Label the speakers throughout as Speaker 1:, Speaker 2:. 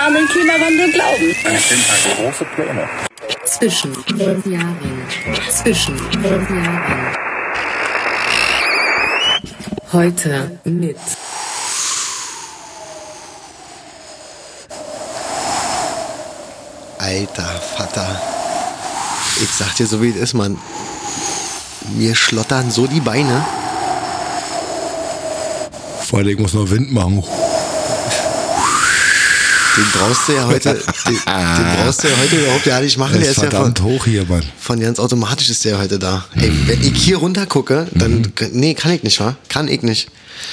Speaker 1: An den Klimawandel glauben.
Speaker 2: Es sind halt große Pläne.
Speaker 3: Zwischen den Jahren. Zwischen den Jahren. Heute mit.
Speaker 4: Alter Vater. Ich sag dir so wie es ist, Mann. Mir schlottern so die Beine.
Speaker 5: Vor allem, ich muss noch Wind machen.
Speaker 4: Den brauchst du ja heute, den, den brauchst du ja heute überhaupt gar nicht machen.
Speaker 5: Das
Speaker 4: Der
Speaker 5: ist
Speaker 4: ist ja von,
Speaker 5: verdammt hoch hier, Mann.
Speaker 4: von ganz automatisch ist der heute da. Ey, wenn ich hier runter gucke, dann,
Speaker 5: Mhm.
Speaker 4: nee, kann ich nicht, wa? Kann ich nicht.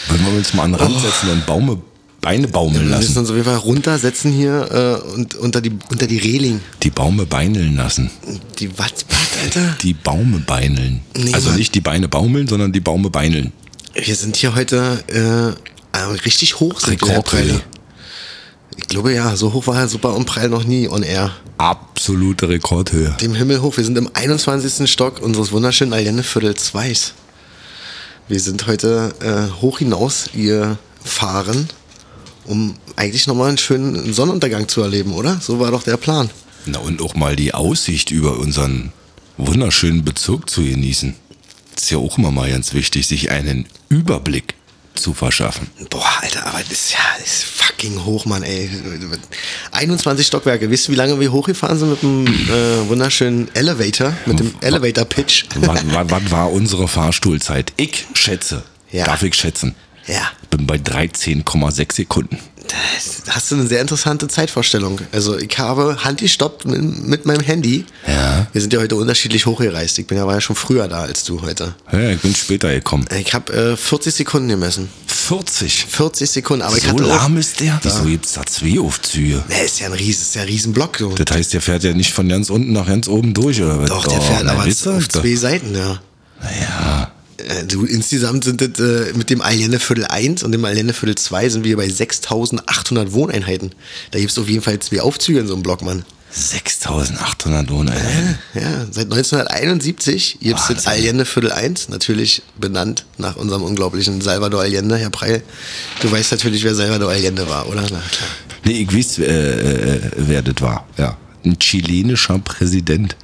Speaker 5: Wollen wir uns mal an den Rand setzen und Baume, Beine baumeln
Speaker 4: Wir müssen
Speaker 5: lassen?
Speaker 4: uns auf jeden Fall runtersetzen hier äh, und unter die, unter die Reling.
Speaker 5: Die Baume beineln lassen.
Speaker 4: Die was, was, Alter?
Speaker 5: Die Baume beineln.
Speaker 4: Nee,
Speaker 5: also
Speaker 4: Mann.
Speaker 5: nicht die Beine baumeln, sondern die Baume beineln.
Speaker 4: Wir sind hier heute äh, äh, richtig hoch. sind wir, Herr
Speaker 5: Rekordhöhe.
Speaker 4: Preil. Ich glaube ja, so hoch war Herr Super und Prall noch nie on air.
Speaker 5: Absolute Rekordhöhe.
Speaker 4: Dem Himmel hoch, wir sind im 21. Stock unseres wunderschönen Allendeviertel 2. Wir sind heute äh, hoch hinaus gefahren, um eigentlich nochmal einen schönen Sonnenuntergang zu erleben, oder? So war doch der Plan.
Speaker 5: Na und auch mal die Aussicht über unseren wunderschönen Bezirk zu genießen. Ist ja auch immer mal ganz wichtig, sich einen Überblick zu verschaffen.
Speaker 4: Boah, Alter, aber das ist ja das ist fucking hoch, Mann, ey. 21 Stockwerke. Wisst ihr, wie lange wir hochgefahren sind mit dem äh, wunderschönen Elevator, mit dem Elevator-Pitch?
Speaker 5: Wann, wann, wann war unsere Fahrstuhlzeit? Ich schätze.
Speaker 4: Ja.
Speaker 5: Darf ich schätzen?
Speaker 4: Ja.
Speaker 5: Bin bei 13,6 Sekunden.
Speaker 4: Das hast du eine sehr interessante Zeitvorstellung. Also ich habe Hand gestoppt mit, mit meinem Handy.
Speaker 5: Ja.
Speaker 4: Wir sind ja heute unterschiedlich hochgereist. Ich bin ja, war ja schon früher da als du heute.
Speaker 5: Ja, ich bin später gekommen.
Speaker 4: Ich habe äh, 40 Sekunden gemessen.
Speaker 5: 40.
Speaker 4: 40 Sekunden, aber ich
Speaker 5: So
Speaker 4: hatte
Speaker 5: lahm
Speaker 4: auch,
Speaker 5: ist der? Wieso gibt's da zwei Aufzüge?
Speaker 4: Na, ist ja ein Riesen, ist ja ein Riesenblock. So.
Speaker 5: Das heißt, der fährt ja nicht von ganz unten nach ganz oben durch, oder was? Oh,
Speaker 4: Doch, der fährt
Speaker 5: na,
Speaker 4: aber
Speaker 5: wisst ihr,
Speaker 4: auf
Speaker 5: Alter.
Speaker 4: zwei Seiten, ja.
Speaker 5: Naja,
Speaker 4: Äh, Du, insgesamt sind das, äh, mit dem Allende Viertel 1 und dem Allende Viertel 2 sind wir bei 6800 Wohneinheiten. Da gibt's auf jeden Fall zwei Aufzüge in so einem Block, Mann.
Speaker 5: 6800 Wohneinheiten.
Speaker 4: Ja, seit 1971 gibt's den
Speaker 5: Wahnsinn.
Speaker 4: Allende Viertel 1, natürlich benannt nach unserem unglaublichen Salvador Allende. Herr Preil, du weißt natürlich, wer Salvador Allende war, oder? Na klar.
Speaker 5: Nee, ich weiß, äh, äh, äh, wer das war. Ja. Ein chilenischer Präsident.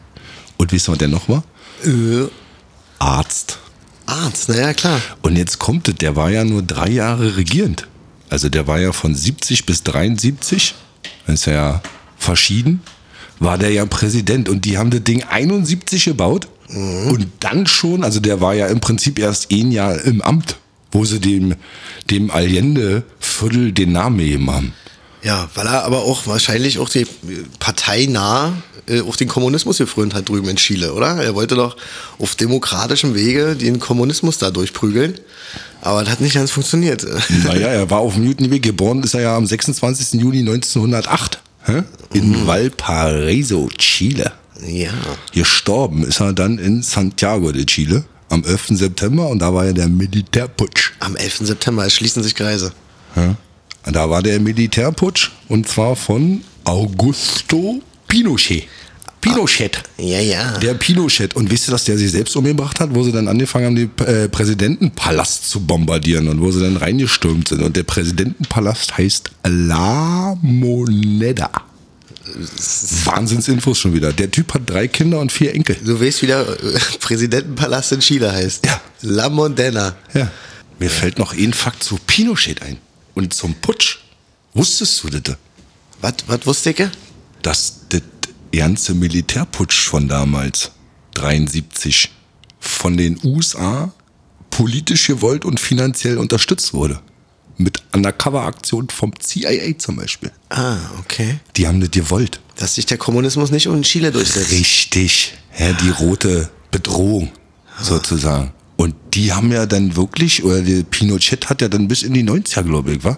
Speaker 5: Und wisst ihr, was der noch war?
Speaker 4: Äh,
Speaker 5: Arzt.
Speaker 4: Arzt, naja, klar.
Speaker 5: Und jetzt kommt es, der war ja nur drei Jahre regierend. Also der war ja von 70 bis 73, das ist ja verschieden, war der ja Präsident. Und die haben das Ding 71 gebaut und dann schon, also der war ja im Prinzip erst ein Jahr im Amt, wo sie dem, dem Allende-Viertel den Namen gegeben haben.
Speaker 4: Ja, weil er aber auch wahrscheinlich auch die äh, parteinah äh, auf den Kommunismus gefrönt hat drüben in Chile, oder? Er wollte doch auf demokratischem Wege den Kommunismus da durchprügeln. Aber das hat nicht ganz funktioniert.
Speaker 5: Naja, er war auf dem Newton Weg geboren, ist er ja am 26. Juni 1908 hä? in Valparaiso, Chile.
Speaker 4: ja.
Speaker 5: Gestorben ist er dann in Santiago de Chile am 11. September und da war ja der Militärputsch.
Speaker 4: Am 11. September erschließen sich Kreise.
Speaker 5: Ja. Da war der Militärputsch und zwar von Augusto Pinochet. Pinochet.
Speaker 4: Ja, ja.
Speaker 5: Ah. Der Pinochet. Und wisst ihr, dass der sich selbst umgebracht hat, wo sie dann angefangen haben, den äh, Präsidentenpalast zu bombardieren und wo sie dann reingestürmt sind. Und der Präsidentenpalast heißt La Moneda. Wahnsinnsinfos schon wieder. Der Typ hat drei Kinder und vier Enkel.
Speaker 4: Du weißt, wie der äh, Präsidentenpalast in Chile heißt.
Speaker 5: Ja.
Speaker 4: La Mondena.
Speaker 5: Ja. Mir fällt noch ein Fakt zu Pinochet ein. Und zum Putsch. Wusstest du das?
Speaker 4: Was, was wusste ich?
Speaker 5: Dass das ganze Militärputsch von damals, 73, von den USA politisch gewollt und finanziell unterstützt wurde. Mit Undercover-Aktionen vom CIA zum Beispiel.
Speaker 4: Ah, okay.
Speaker 5: Die haben das gewollt.
Speaker 4: Dass sich der Kommunismus nicht in Chile durchsetzt.
Speaker 5: Richtig. Ja, die rote Bedrohung sozusagen. Und die haben ja dann wirklich, oder der Pinochet hat ja dann bis in die 90er, glaube ich, war,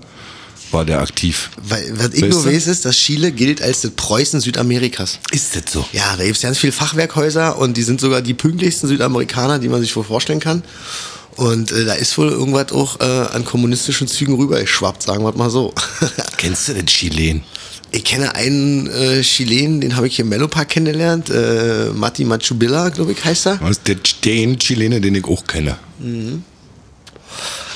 Speaker 5: war der aktiv.
Speaker 4: Weil, was ich
Speaker 5: Weißt
Speaker 4: nur
Speaker 5: du?
Speaker 4: weiß, ist, dass Chile gilt als das Preußen Südamerikas.
Speaker 5: Ist das so?
Speaker 4: Ja, da gibt's ganz viele Fachwerkhäuser und die sind sogar die pünktlichsten Südamerikaner, die man sich wohl vorstellen kann. Und äh, da ist wohl irgendwas auch äh, an kommunistischen Zügen rübergeschwappt, sagen wir mal so.
Speaker 5: Kennst du den Chilen?
Speaker 4: ich kenne einen äh, Chilen, den habe ich hier im Mellopark kennengelernt, äh, Mati Machubilla, glaube ich, heißt er.
Speaker 5: Was? Der, den Chilene, den ich auch kenne.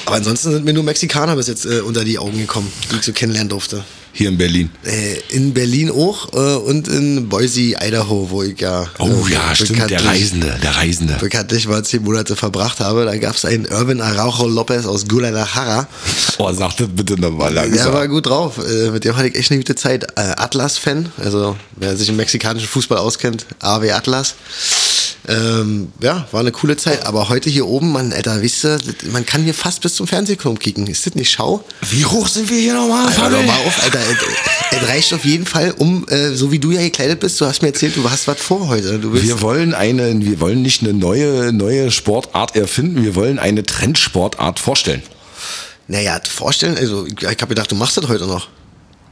Speaker 4: Aber ansonsten sind mir nur Mexikaner bis jetzt äh, unter die Augen gekommen, die ich so kennenlernen durfte.
Speaker 5: Hier in Berlin.
Speaker 4: Äh, in Berlin auch äh, und in Boise, Idaho, wo ich ja.
Speaker 5: Oh
Speaker 4: äh,
Speaker 5: ja, stimmt, der
Speaker 4: bekanntlich-
Speaker 5: Reisende, der Reisende.
Speaker 4: Bekanntlich mal zehn Monate verbracht habe. Da gab es einen Urban Araujo Lopez aus Guadalajara.
Speaker 5: Oh, sag das bitte nochmal
Speaker 4: Der war
Speaker 5: langsam.
Speaker 4: gut drauf. Äh, mit dem hatte ich echt eine gute Zeit. Äh, Atlas-Fan, also wer sich im mexikanischen Fußball auskennt, AW Atlas. Ähm, ja, war eine coole Zeit. Aber heute hier oben, Mann, Alter, wisst ihr, das- man kann hier fast bis zum Fernsehturm kicken. Ist das nicht schau?
Speaker 5: Wie hoch sind wir hier nochmal?
Speaker 4: Alter, doch mal auf, Alter. Es- Es reicht auf jeden Fall, um, äh, so wie du ja gekleidet bist, du hast mir erzählt, du hast was vor heute. Du willst
Speaker 5: Wir wollen eine, wir wollen nicht eine neue, neue Sportart erfinden, wir wollen eine Trendsportart vorstellen.
Speaker 4: Naja, vorstellen, also ich habe gedacht, du machst das heute noch.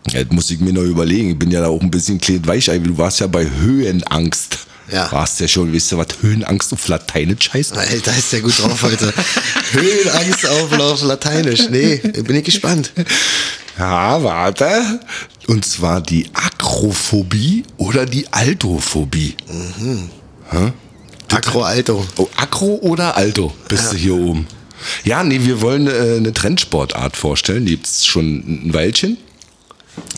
Speaker 5: Ja, Das muss ich mir noch überlegen. Ich bin ja da auch ein bisschen klein weich. Du warst ja bei Höhenangst.
Speaker 4: Ja.
Speaker 5: Warst ja schon, weißt du, was Höhenangst auf Lateinisch heißt?
Speaker 4: Alter, ist der gut drauf heute. Höhenangst auf auf Lateinisch. Nee, bin ich gespannt.
Speaker 5: Ja, warte. Und zwar die Akrophobie oder die Altophobie.
Speaker 4: Acro Alto.
Speaker 5: Oh, Akro oder Alto bist du hier oben. Ja, nee, wir wollen äh, eine Trendsportart vorstellen. Die gibt's schon ein Weilchen.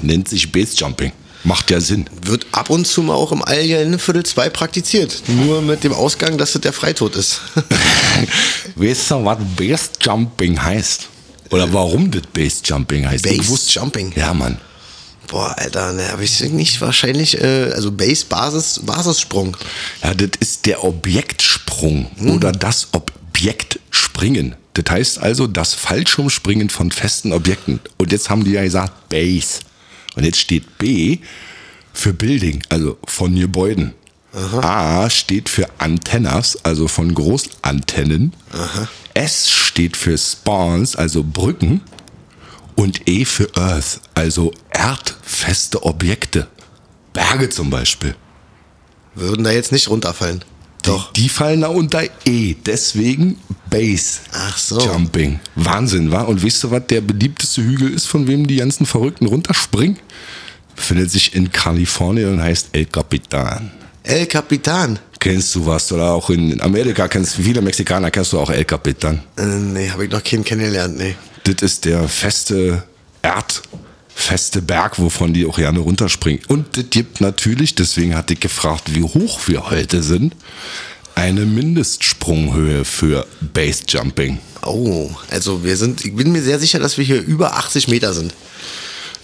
Speaker 5: Nennt sich Basejumping. Macht ja Sinn.
Speaker 4: Wird ab und zu mal auch im Allenviertel 2 praktiziert. Nur mit dem Ausgang, dass es der Freitod ist.
Speaker 5: Weißt du, was Basejumping heißt? Oder warum das Basejumping heißt?
Speaker 4: Base
Speaker 5: Ich wusste-
Speaker 4: Jumping.
Speaker 5: Ja, Mann.
Speaker 4: Boah, Alter, ne, hab ich nicht wahrscheinlich, äh, also Base, Basis, Basissprung.
Speaker 5: Ja, das ist der Objektsprung oder das Objektspringen. Das heißt also das Fallschirmspringen von festen Objekten. Und jetzt haben die ja gesagt Base. Und jetzt steht B für Building, also von Gebäuden. A steht für Antennas, also von Großantennen. S steht für Spawns, also Brücken. Und E für Earth, also erdfeste Objekte. Berge zum Beispiel.
Speaker 4: Würden da jetzt nicht runterfallen. Doch.
Speaker 5: Die, die fallen da unter E, deswegen Base.
Speaker 4: Ach so.
Speaker 5: Jumping. Wahnsinn, wa? Und weißt du, was der beliebteste Hügel ist, von wem die ganzen Verrückten runterspringen? Befindet sich in Kalifornien und heißt El Capitan.
Speaker 4: El Capitan.
Speaker 5: Kennst du was? Oder auch in Amerika kennst viele Mexikaner, kennst du auch El Capitan.
Speaker 4: Äh, nee, habe ich noch keinen kennengelernt, nee.
Speaker 5: Das ist der feste erdfeste Berg, wovon die auch gerne runterspringen. Und das gibt natürlich, deswegen hatte ich gefragt, wie hoch wir heute sind, eine Mindestsprunghöhe für Basejumping.
Speaker 4: Oh, also wir sind, ich bin mir sehr sicher, dass wir hier über 80 Meter sind.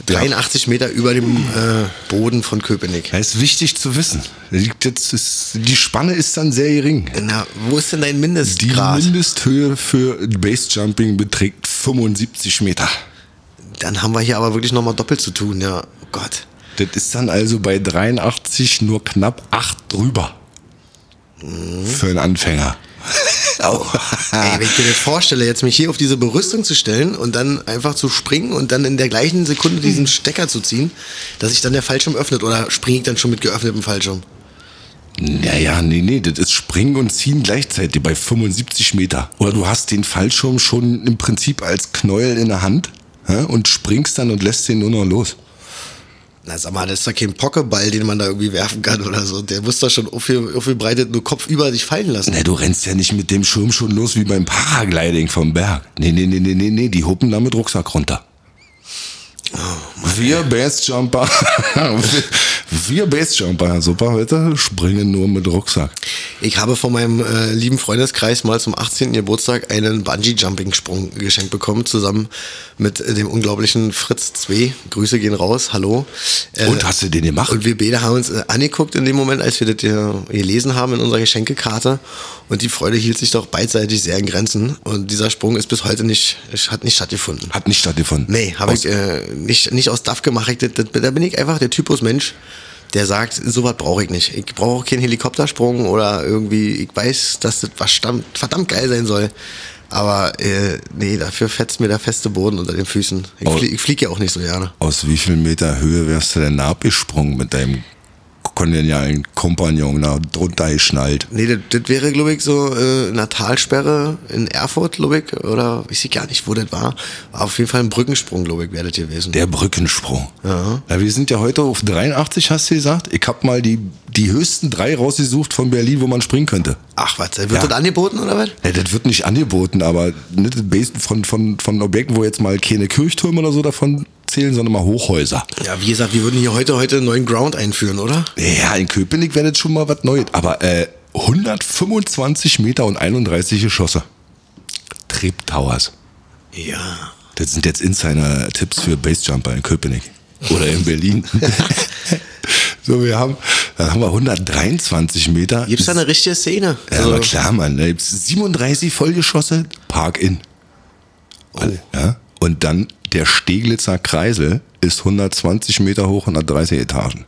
Speaker 4: 83 Meter über dem äh, Boden von Köpenick.
Speaker 5: Das ist wichtig zu wissen. Das ist, die Spanne ist dann sehr gering.
Speaker 4: Na, wo ist denn dein
Speaker 5: Die
Speaker 4: Mindestgrad?
Speaker 5: Mindesthöhe für Basejumping beträgt 75 Meter.
Speaker 4: Dann haben wir hier aber wirklich nochmal doppelt zu tun, ja. Oh Gott.
Speaker 5: Das ist dann also bei 83 nur knapp 8 drüber. Für einen Anfänger.
Speaker 4: Ey, wenn ich mir das vorstelle, jetzt mich hier auf diese Berüstung zu stellen und dann einfach zu springen und dann in der gleichen Sekunde diesen Stecker zu ziehen, dass sich dann der Fallschirm öffnet oder springe ich dann schon mit geöffnetem Fallschirm?
Speaker 5: Naja, nee, nee, das ist Springen und Ziehen gleichzeitig bei 75 Meter. Oder du hast den Fallschirm schon im Prinzip als Knäuel in der Hand hä, und springst dann und lässt den nur noch los.
Speaker 4: Na sag mal, das ist doch kein Pokéball, den man da irgendwie werfen kann oder so. Der muss doch schon aufgebreitet nur Kopf über sich fallen lassen.
Speaker 5: Na, du rennst ja nicht mit dem Schirm schon los wie beim Paragliding vom Berg. Nee, nee, nee, nee, nee, nee, die huppen da mit Rucksack runter.
Speaker 4: Oh,
Speaker 5: wir Bassjumper, wir Bassjumper, super heute, springen nur mit Rucksack.
Speaker 4: Ich habe von meinem äh, lieben Freundeskreis mal zum 18. Geburtstag einen Bungee-Jumping-Sprung geschenkt bekommen, zusammen mit äh, dem unglaublichen Fritz Zwee. Grüße gehen raus, hallo. Äh,
Speaker 5: Und hast du den gemacht?
Speaker 4: und wir beide haben uns äh, angeguckt in dem Moment, als wir das hier gelesen haben in unserer Geschenkekarte. Und die Freude hielt sich doch beidseitig sehr in Grenzen. Und dieser Sprung ist bis heute nicht, hat nicht stattgefunden.
Speaker 5: Hat nicht stattgefunden.
Speaker 4: Nee, habe ich äh, nicht, nicht aus DAF gemacht. Ich, das, das, da bin ich einfach der Typus Mensch, der sagt, sowas brauche ich nicht. Ich brauche auch keinen Helikoptersprung oder irgendwie, ich weiß, dass das was stamm- verdammt geil sein soll. Aber äh, nee, dafür fetzt mir der feste Boden unter den Füßen. Ich,
Speaker 5: Oh.
Speaker 4: flie ich fliege ja auch nicht so gerne.
Speaker 5: Aus wie viel Meter Höhe wärst du denn da abgesprungen mit deinem kolonialen Kompagnon da drunter geschnallt.
Speaker 4: Nee, das, das wäre, glaube ich, so äh, eine Talsperre in Erfurt, glaube ich, oder ich weiß gar nicht, wo das war. Aber auf jeden Fall ein Brückensprung, glaube ich, wäre das gewesen.
Speaker 5: Der Brückensprung. Ja, wir sind ja heute auf 83, hast du gesagt. Ich habe mal die, die höchsten drei rausgesucht von Berlin, wo man springen könnte.
Speaker 4: Ach, was, äh, wird
Speaker 5: Ja.
Speaker 4: das angeboten oder was?
Speaker 5: Ja, das wird nicht angeboten, aber nicht im Besen von, von, von Objekten, wo jetzt mal keine Kirchtürme oder so davon zählen, sondern mal Hochhäuser.
Speaker 4: Ja, wie gesagt, wir würden hier heute, heute einen neuen Ground einführen, oder?
Speaker 5: Ja, in Köpenick wäre das schon mal was Neues. Aber äh, 125 Meter und 31 Geschosse. Trip Towers.
Speaker 4: Ja.
Speaker 5: Das sind jetzt Insider-Tipps für Basejumper in Köpenick oder in Berlin. so, wir haben, dann haben wir 123 Meter.
Speaker 4: Gibt's da eine richtige Szene? Also,
Speaker 5: ja, aber klar, Mann. Da gibt's 37 Vollgeschosse, Park in.
Speaker 4: oh,
Speaker 5: Ja? Und dann der Steglitzer Kreisel ist 120 Meter hoch, 130 Etagen.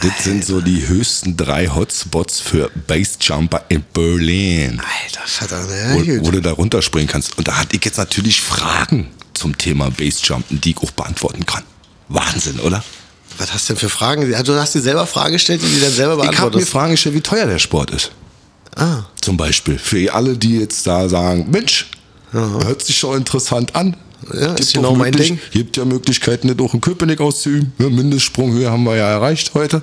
Speaker 5: Das sind so die höchsten drei Hotspots für Basejumper in Berlin
Speaker 4: Alter, verdammt, ja,
Speaker 5: wo,
Speaker 4: gut.
Speaker 5: wo du da runterspringen kannst. Und da hatte ich jetzt natürlich Fragen zum Thema Basejumpen, die ich auch beantworten kann. Wahnsinn, oder?
Speaker 4: Was hast du denn für Fragen? Also, du hast dir selber Fragen gestellt, die du dann selber
Speaker 5: Ich habe mir
Speaker 4: beantwortest.
Speaker 5: Fragen gestellt, wie teuer der Sport ist. Ah. Zum Beispiel. Für alle, die jetzt da sagen, Mensch, hört sich schon interessant an.
Speaker 4: Ja, ist
Speaker 5: doch
Speaker 4: genau mein
Speaker 5: möglich-
Speaker 4: Ding.
Speaker 5: Gibt ja Möglichkeiten, das auch in Köpenick auszuüben. Ja, Mindestsprunghöhe haben wir ja erreicht heute.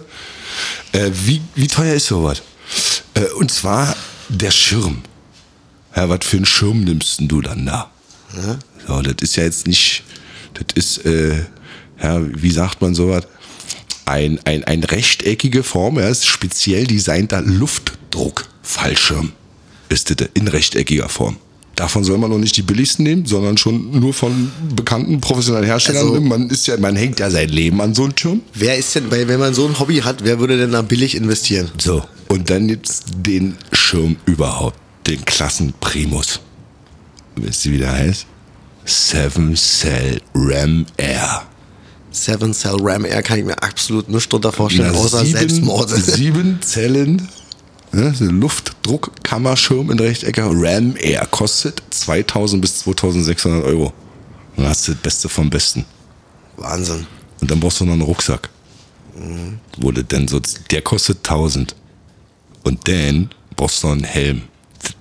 Speaker 5: Äh, wie, wie teuer ist sowas? Äh, und zwar der Schirm. Ja, was für einen Schirm nimmst denn du dann da? So, das ist ja jetzt nicht, das ist, äh, ja, wie sagt man sowas? Ein, ein, ein rechteckige Form, ja, ist speziell designter Luftdruckfallschirm. Ist das in rechteckiger Form. Davon soll man noch nicht die billigsten nehmen, sondern schon nur von bekannten professionellen Herstellern.
Speaker 4: Also-
Speaker 5: nehmen. man ist ja, man hängt ja sein Leben an so einen Schirm.
Speaker 4: Wer ist denn, weil wenn man so ein Hobby hat, wer würde denn da billig investieren?
Speaker 5: So, und dann gibt's den Schirm überhaupt, den Klassenprimus. Wisst ihr, wie der heißt? Seven Cell Ram Air.
Speaker 4: Seven Cell Ram Air kann ich mir absolut nichts drunter vorstellen,
Speaker 5: Na,
Speaker 4: außer Selbstmorde.
Speaker 5: Sieben Zellen, ne, so ein Luftdruckkammerschirm in Rechtecker. Ram Air kostet 2000 bis 2600 Euro. Dann hast du das Beste vom Besten.
Speaker 4: Wahnsinn.
Speaker 5: Und dann brauchst du noch einen Rucksack. Wurde denn so, der kostet 1000. Und dann brauchst du noch einen Helm.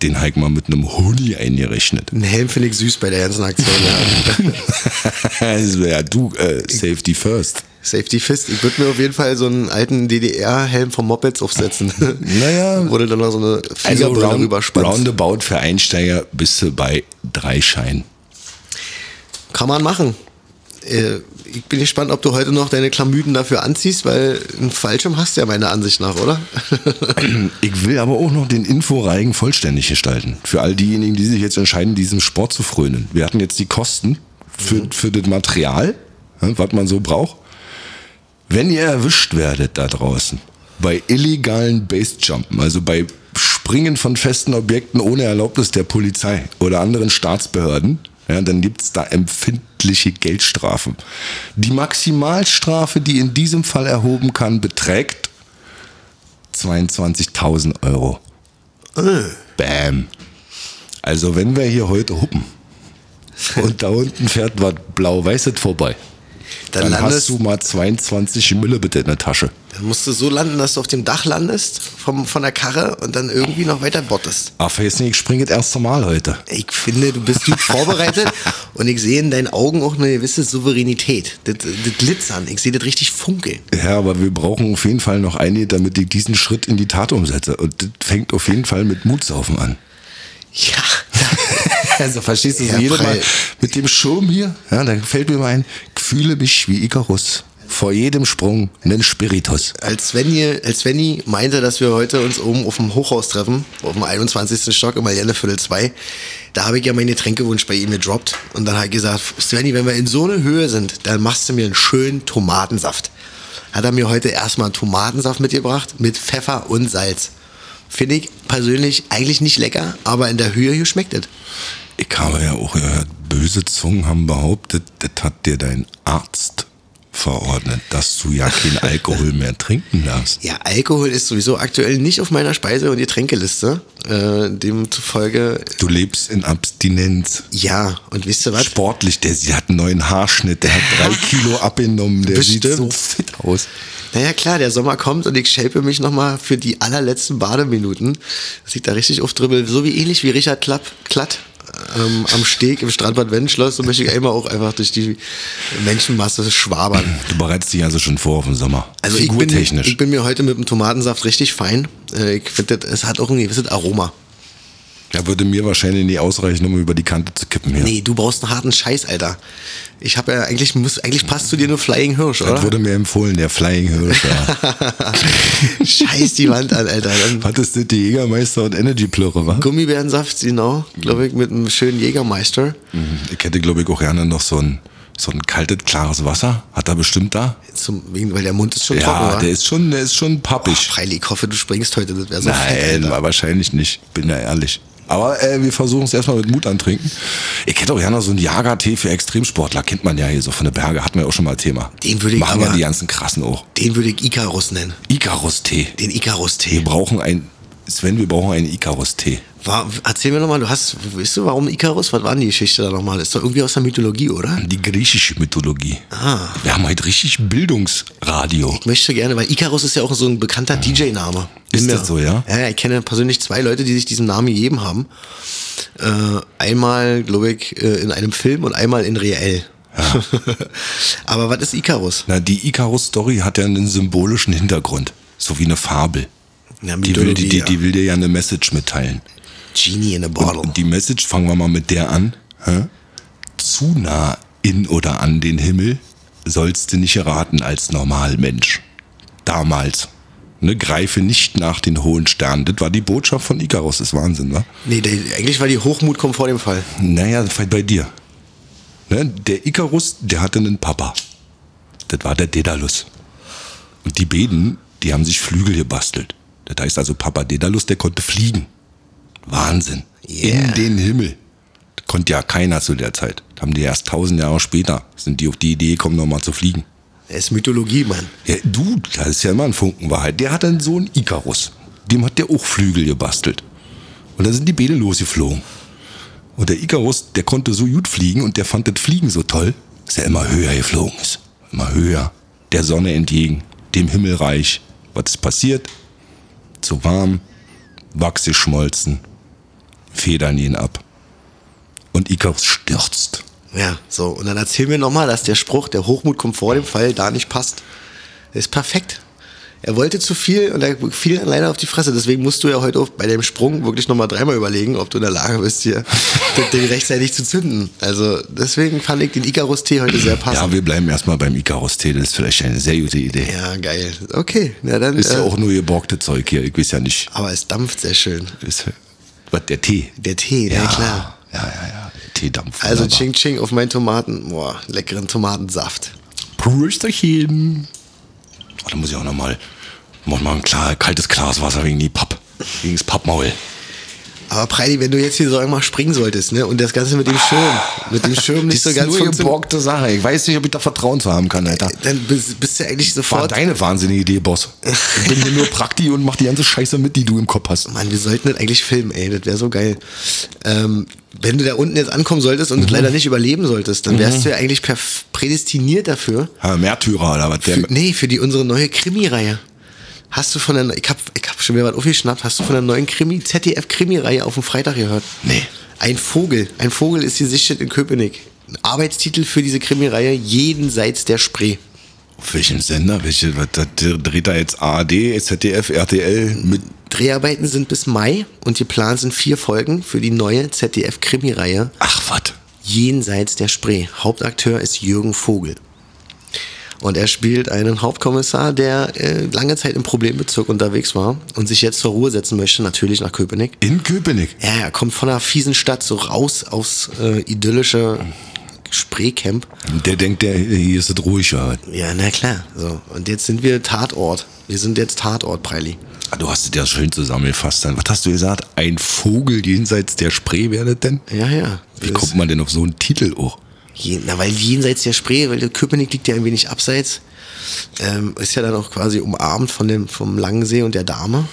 Speaker 5: Den habe ich mal mit einem Hoodie eingerechnet.
Speaker 4: Ein Helm finde ich süß bei der ganzen Aktion. Ja.
Speaker 5: also, ja, du, äh, Safety First.
Speaker 4: Safety Fist. Ich würde mir auf jeden Fall so einen alten DDR-Helm vom Mopeds aufsetzen.
Speaker 5: Naja.
Speaker 4: Wurde dann noch so eine
Speaker 5: Also
Speaker 4: Fliegerbrille
Speaker 5: round,
Speaker 4: rüberspannt.
Speaker 5: roundabout für Einsteiger bist du bei drei Scheinen.
Speaker 4: Kann man machen. Äh, Ich bin gespannt, ob du heute noch deine Klamüden dafür anziehst, weil einen Fallschirm hast du ja meiner Ansicht nach, oder? Äh,
Speaker 5: Ich will aber auch noch den Inforeigen vollständig gestalten. Für all diejenigen, die sich jetzt entscheiden, diesem Sport zu frönen. Wir hatten jetzt die Kosten für, für das Material, ja, was man so braucht. Wenn ihr erwischt werdet da draußen bei illegalen Basejumpen, also bei Springen von festen Objekten ohne Erlaubnis der Polizei oder anderen Staatsbehörden, ja, dann gibt's da empfindliche Geldstrafen. Die Maximalstrafe, die in diesem Fall erhoben kann, beträgt 22.000 Euro. Bam. Also wenn wir hier heute huppen und da unten fährt was blau-weißes vorbei, dann, hast du mal 22 Mille bitte in der Tasche.
Speaker 4: dann musst du so landen, dass du auf dem Dach landest, vom, von der Karre und dann irgendwie noch weiter bottest.
Speaker 5: Ah, vergiss nicht, ich springe das erste Mal heute.
Speaker 4: Ich finde, du bist gut vorbereitet und ich sehe in deinen Augen auch eine gewisse Souveränität. Das, das Glitzern, ich sehe das richtig funkeln.
Speaker 5: Ja, aber wir brauchen auf jeden Fall noch einige, damit ich diesen Schritt in die Tat umsetze. Und das fängt auf jeden Fall mit Mutsaufen an.
Speaker 4: Ja,
Speaker 5: Also verstehst du, so
Speaker 4: Ja,
Speaker 5: jedes
Speaker 4: Prall.
Speaker 5: Mal mit dem Schirm hier, ja, da fällt mir mal ein, ich fühle mich wie Icarus. Vor jedem Sprung einen Spiritus.
Speaker 4: als Svenny, als Svenny meinte, dass wir heute uns oben auf dem Hochhaus treffen, auf dem 21. Stock im Marianneviertel 2, da habe ich ja meinen Getränkewunsch bei ihm gedroppt. Und dann hat er gesagt, Svenny, wenn wir in so einer Höhe sind, dann machst du mir einen schönen Tomatensaft. Hat er mir heute erstmal einen Tomatensaft mitgebracht mit Pfeffer und Salz. Finde ich persönlich eigentlich nicht lecker, aber in der Höhe hier schmeckt es.
Speaker 5: Ich habe ja auch gehört, böse Zungen haben behauptet, das hat dir dein Arzt verordnet, dass du ja keinen Alkohol mehr trinken darfst.
Speaker 4: Ja, Alkohol ist sowieso aktuell nicht auf meiner Speise- und Getränkeliste. Äh, demzufolge,
Speaker 5: Du lebst in Abstinenz.
Speaker 4: ja, und wisst ihr was?
Speaker 5: Sportlich, der sie hat einen neuen Haarschnitt, der hat drei Kilo abgenommen, der sieht
Speaker 4: Bestimmt.
Speaker 5: so fit aus.
Speaker 4: Naja, klar, der Sommer kommt und ich shape mich nochmal für die allerletzten Bademinuten. Das liegt da richtig auf Dribbel. So wie ähnlich wie Richard Klapp, Klatt ähm, am Steg im Strandbad Wendenschloss. So möchte ich immer auch einfach durch die Menschenmasse schwabern.
Speaker 5: Du bereitest dich also schon vor auf den Sommer.
Speaker 4: Also ich bin, ich bin mir heute mit dem Tomatensaft richtig fein. Äh, Ich finde, das- es hat auch ein gewisses Aroma.
Speaker 5: Da würde mir wahrscheinlich nie ausreichen, um über die Kante zu kippen hier.
Speaker 4: Nee, du brauchst einen harten Scheiß, Alter. Ich habe ja eigentlich, muss, eigentlich passt zu dir nur Flying Hirsch,
Speaker 5: Das
Speaker 4: oder?
Speaker 5: wurde mir empfohlen, der Flying Hirsch. Ja.
Speaker 4: Scheiß die Wand an, Alter. Dann
Speaker 5: Was ist das, die Jägermeister und Energy Plöre, wa?
Speaker 4: Gummibärensaft, genau, glaube ich, mit einem schönen Jägermeister.
Speaker 5: Ich hätte, glaube ich, auch gerne noch so ein, so ein kaltes, klares Wasser. Hat er bestimmt da?
Speaker 4: Zum, wegen, weil der Mund ist schon trocken,
Speaker 5: Ja,
Speaker 4: oder?
Speaker 5: der ist schon, der ist schon pappig.
Speaker 4: Freilich, ich hoffe, du springst heute, das wäre so fett,
Speaker 5: Nein,
Speaker 4: Alter.
Speaker 5: war wahrscheinlich nicht. Bin ja ehrlich. Aber äh, wir versuchen es erstmal mit Mut antrinken. Ich hätte auch gerne so einen Jagertee für Extremsportler. Kennt man ja hier so von der Berge. Hatten wir auch schon mal Thema.
Speaker 4: Den würde ich
Speaker 5: Machen wir
Speaker 4: aber-
Speaker 5: die ganzen krassen auch.
Speaker 4: Den würde ich Icarus nennen.
Speaker 5: Icarus-Tee.
Speaker 4: Den
Speaker 5: Wir
Speaker 4: Icarus-Tee.
Speaker 5: brauchen ein, Sven, wir brauchen einen Icarus-Tee.
Speaker 4: War- Erzähl mir nochmal, du hast, weißt du, warum Icarus? Was war denn die Geschichte da nochmal? Ist doch irgendwie aus der Mythologie, oder?
Speaker 5: Die griechische Mythologie.
Speaker 4: Ah.
Speaker 5: Wir haben heute richtig Bildungsradio.
Speaker 4: Ich möchte gerne, weil Icarus ist ja auch so ein bekannter DJ-Name.
Speaker 5: Ist
Speaker 4: Bin
Speaker 5: das
Speaker 4: mir-
Speaker 5: so, ja?
Speaker 4: Ja, ich kenne persönlich zwei Leute, die sich diesen Namen gegeben haben. Äh, einmal, glaube ich, äh, in einem Film und einmal in reell. Aber was ist Icarus?
Speaker 5: Na, die Icarus-Story hat ja einen symbolischen Hintergrund. So wie eine Fabel.
Speaker 4: Ja,
Speaker 5: Die will, die, die,
Speaker 4: Mythologie,
Speaker 5: die will dir ja eine Message mitteilen.
Speaker 4: ja. Genie in a Bottle.
Speaker 5: Und die Message, fangen wir mal mit der an. Hä? Zu nah in oder an den Himmel sollst du nicht erraten als Normalmensch. Damals. Ne, greife nicht nach den hohen Sternen. Das war die Botschaft von Icarus. Das ist Wahnsinn, ne?
Speaker 4: nee, der, eigentlich war die Hochmut kommt vor dem Fall.
Speaker 5: Naja, vielleicht bei dir. Ne, der Icarus, der hatte einen Papa. Das war der Dedalus. Und die Beden, die haben sich Flügel gebastelt. Das heißt also, Papa Dedalus, der konnte fliegen. Wahnsinn.
Speaker 4: Yeah.
Speaker 5: In den Himmel. Das konnte ja keiner zu der Zeit. Das haben die erst tausend Jahre später, sind die auf die Idee gekommen, nochmal zu fliegen.
Speaker 4: Er ist Mythologie, Mann.
Speaker 5: Ja, du, das ist ja immer ein Funken Wahrheit. Der hat einen Sohn Icarus. Dem hat der auch Flügel gebastelt. Und dann sind die Bälle losgeflogen. Und der Icarus, der konnte so gut fliegen und der fand das Fliegen so toll, dass er immer höher geflogen ist. Immer höher. Der Sonne entgegen. Dem Himmelreich. Was ist passiert? Zu warm. Wachs geschmolzen. Federn ihn ab. Und Icarus stürzt.
Speaker 4: Ja, so. Und dann erzähl mir nochmal, dass der Spruch, der Hochmut kommt vor dem Fall, da nicht passt. Ist perfekt. Er wollte zu viel und er fiel dann leider auf die Fresse. Deswegen musst du ja heute auch bei dem Sprung wirklich nochmal dreimal überlegen, ob du in der Lage bist, hier das Ding rechtzeitig zu zünden. Also deswegen fand ich den Icarus-Tee heute sehr
Speaker 5: Ja,
Speaker 4: passend.
Speaker 5: wir bleiben erstmal beim Icarus-Tee. Das ist vielleicht eine sehr gute Idee.
Speaker 4: Ja, geil. Okay, na dann.
Speaker 5: Ist ja
Speaker 4: äh,
Speaker 5: auch nur geborgte Zeug hier, ich weiß ja nicht.
Speaker 4: aber es dampft sehr schön.
Speaker 5: Ist, was, der Tee?
Speaker 4: Der Tee, ja, klar.
Speaker 5: Ja, ja, ja. Teedampf.
Speaker 4: Also
Speaker 5: wunderbar.
Speaker 4: Ching Ching auf meinen Tomaten, boah, leckeren Tomatensaft.
Speaker 5: Prösterchen. Oh, da muss ich auch nochmal, mach mal ein klar, kaltes Glas Wasser wegen die Papp, wegen das Pappmaul.
Speaker 4: Aber Preidi, wenn du jetzt hier so einmal springen solltest, ne? Und das Ganze mit dem Schirm, mit dem Schirm nicht so ganz funktioniert,
Speaker 5: geborgte Sache. Ich weiß nicht, ob ich da Vertrauen zu haben kann, Alter.
Speaker 4: dann bist, bist du eigentlich
Speaker 5: War
Speaker 4: sofort.
Speaker 5: deine wahnsinnige Idee, Boss. Ich bin hier nur Prakti und mach die ganze Scheiße mit, die du im Kopf hast.
Speaker 4: Mann, wir sollten das eigentlich filmen, ey, das wäre so geil. Ähm, wenn du da unten jetzt ankommen solltest und das leider nicht überleben solltest, dann wärst du ja eigentlich perf- prädestiniert dafür.
Speaker 5: Ja, Märtyrer oder was? Der,
Speaker 4: Für, nee, für die unsere neue Krimi-Reihe. Hast du von der, Ne-, ich hab, ich hab schon wieder was aufgeschnappt, hast du von der neuen Krimi, ZDF-Krimi-Reihe auf dem Freitag gehört?
Speaker 5: Nee.
Speaker 4: Ein Vogel, ein Vogel ist die Sichtet in Köpenick. Ein Arbeitstitel für diese Krimi-Reihe, jenseits der Spree.
Speaker 5: auf welchem Sender? Welche, was, das dreht da jetzt ARD, ZDF, RTL mit
Speaker 4: Dreharbeiten sind bis Mai und geplant sind vier Folgen für die neue ZDF-Krimi-Reihe
Speaker 5: Ach, was?
Speaker 4: Jenseits der Spree. Hauptakteur ist Jürgen Vogel. Und er spielt einen Hauptkommissar, der äh, lange Zeit im Problembezirk unterwegs war und sich jetzt zur Ruhe setzen möchte, natürlich nach Köpenick.
Speaker 5: In Köpenick.
Speaker 4: Ja, er kommt von einer fiesen Stadt so raus aufs äh, idyllische Spreecamp.
Speaker 5: Der denkt, der, hier ist es ruhiger.
Speaker 4: Ja, na klar. So, und jetzt sind wir Tatort. Wir sind jetzt Tatort, Preili.
Speaker 5: Ah, Du hast es ja schön zusammengefasst. Dann. Was hast du gesagt? Ein Vogel jenseits der Spree wäre das denn?
Speaker 4: Ja, ja.
Speaker 5: Wie
Speaker 4: Das-
Speaker 5: kommt man denn auf so einen Titel Oh. auch?
Speaker 4: Je, na, weil jenseits der Spree, weil der Köpenick liegt ja ein wenig abseits, ähm, ist ja dann auch quasi umarmt von dem, vom Langensee und der Dame.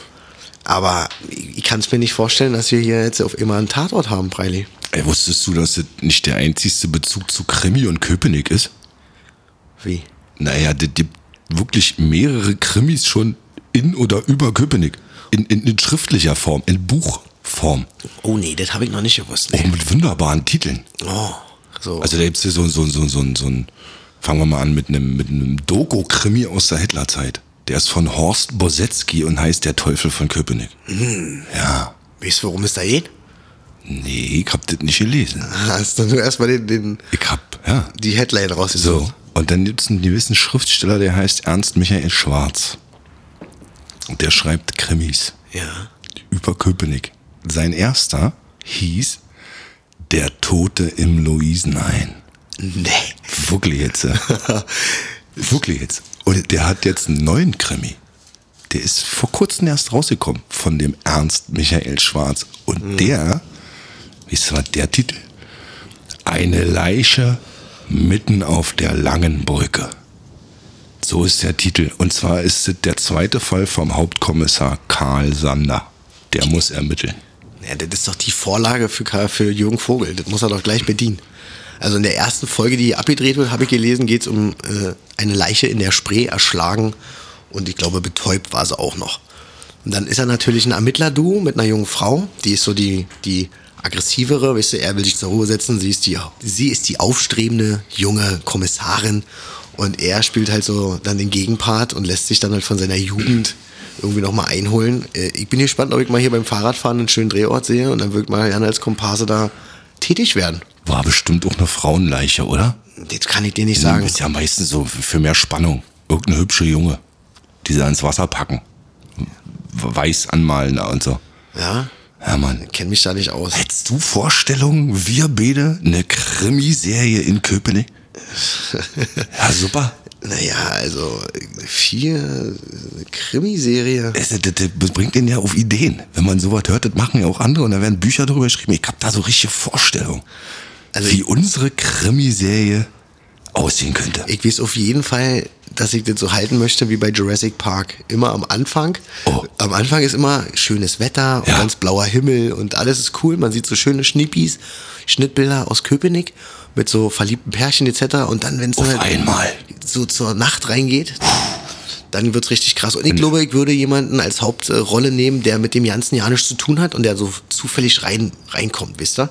Speaker 4: Aber ich, ich kann es mir nicht vorstellen, dass wir hier jetzt auf immer einen Tatort haben, Preili.
Speaker 5: Ey, wusstest du, dass das nicht der einzigste Bezug zu Krimi und Köpenick ist?
Speaker 4: Wie?
Speaker 5: Naja, das gibt wirklich mehrere Krimis schon in oder über Köpenick. In, in, in schriftlicher Form, in Buchform.
Speaker 4: Oh nee, das habe ich noch nicht gewusst.
Speaker 5: Und mit wunderbaren Titeln.
Speaker 4: Oh, so.
Speaker 5: Also da gibt's hier so, so, so, so, so ein, fangen wir mal an mit einem, mit einem Doku-Krimi aus der Hitlerzeit. Der ist von Horst Bosetzky und heißt Der Teufel von Köpenick. Ja.
Speaker 4: weißt du, worum es da geht?
Speaker 5: Nee, ich hab das nicht gelesen.
Speaker 4: Hast du nur erstmal den, den,
Speaker 5: Ich hab, ja.
Speaker 4: die Headline rausgesucht.
Speaker 5: So. Und dann gibt's einen gewissen Schriftsteller, der heißt Ernst Michael Schwarz. Und der schreibt Krimis.
Speaker 4: Ja.
Speaker 5: über Köpenick. Sein erster hieß Der Tote im Luisenhain.
Speaker 4: Nee.
Speaker 5: Wirklich jetzt. äh. Wirklich jetzt. Und der hat jetzt einen neuen Krimi. Der ist vor kurzem erst rausgekommen von dem Ernst Michael Schwarz. Und der, weißt du was der Titel? Eine Leiche mitten auf der langen Brücke. So ist der Titel. Und zwar ist es der zweite Fall vom Hauptkommissar Karl Sander. Der muss ermitteln.
Speaker 4: Ja, das ist doch die Vorlage für, Karl- für Jürgen Vogel. Das muss er doch gleich bedienen. Also in der ersten Folge, die hier abgedreht wird, habe ich gelesen, geht es um äh, eine Leiche in der Spree erschlagen und ich glaube betäubt war sie auch noch. Und dann ist er natürlich ein Ermittlerduo mit einer jungen Frau, die ist so die, die aggressivere, weißt du, er will sich zur Ruhe setzen, sie ist die, sie ist die aufstrebende junge Kommissarin und er spielt halt so dann den Gegenpart und lässt sich dann halt von seiner Jugend irgendwie nochmal einholen. Äh, Ich bin gespannt, ob ich mal hier beim Fahrradfahren einen schönen Drehort sehe und dann würde ich mal gerne als Komparse da tätig werden.
Speaker 5: War bestimmt auch eine Frauenleiche, oder?
Speaker 4: Das kann ich dir nicht sagen.
Speaker 5: Ist ja meistens so für mehr Spannung. Irgendeine hübsche Junge, die sie ans Wasser packen. Weiß anmalen und so.
Speaker 4: Ja,
Speaker 5: Ja, Mann.
Speaker 4: kenne mich da nicht aus.
Speaker 5: Hättest du Vorstellungen, wir beide, eine Krimiserie in Köpenick? Ja, super.
Speaker 4: Naja, also äh, vier äh, Krimiserie.
Speaker 5: Es, Äh, das, das bringt den ja auf Ideen. Wenn man sowas hört, das machen ja auch andere und da werden Bücher drüber geschrieben. Ich hab da so richtige Vorstellungen,
Speaker 4: Also
Speaker 5: wie
Speaker 4: ich-
Speaker 5: unsere Krimiserie aussehen könnte.
Speaker 4: Ich weiß auf jeden Fall, dass ich das so halten möchte wie bei Jurassic Park. Immer am Anfang.
Speaker 5: Oh.
Speaker 4: Am Anfang ist immer schönes Wetter und
Speaker 5: Ja.
Speaker 4: ganz blauer Himmel und alles ist cool. Man sieht so schöne Schnippis, Schnittbilder aus Köpenick mit so verliebten Pärchen etc. Und dann, halt wenn es
Speaker 5: Auf einmal.
Speaker 4: so zur Nacht reingeht, dann wird's richtig krass. Und ich glaube, ich würde jemanden als Hauptrolle nehmen, der mit dem ganzen Jahr nichts zu tun hat und der so zufällig rein, reinkommt, wisst ihr?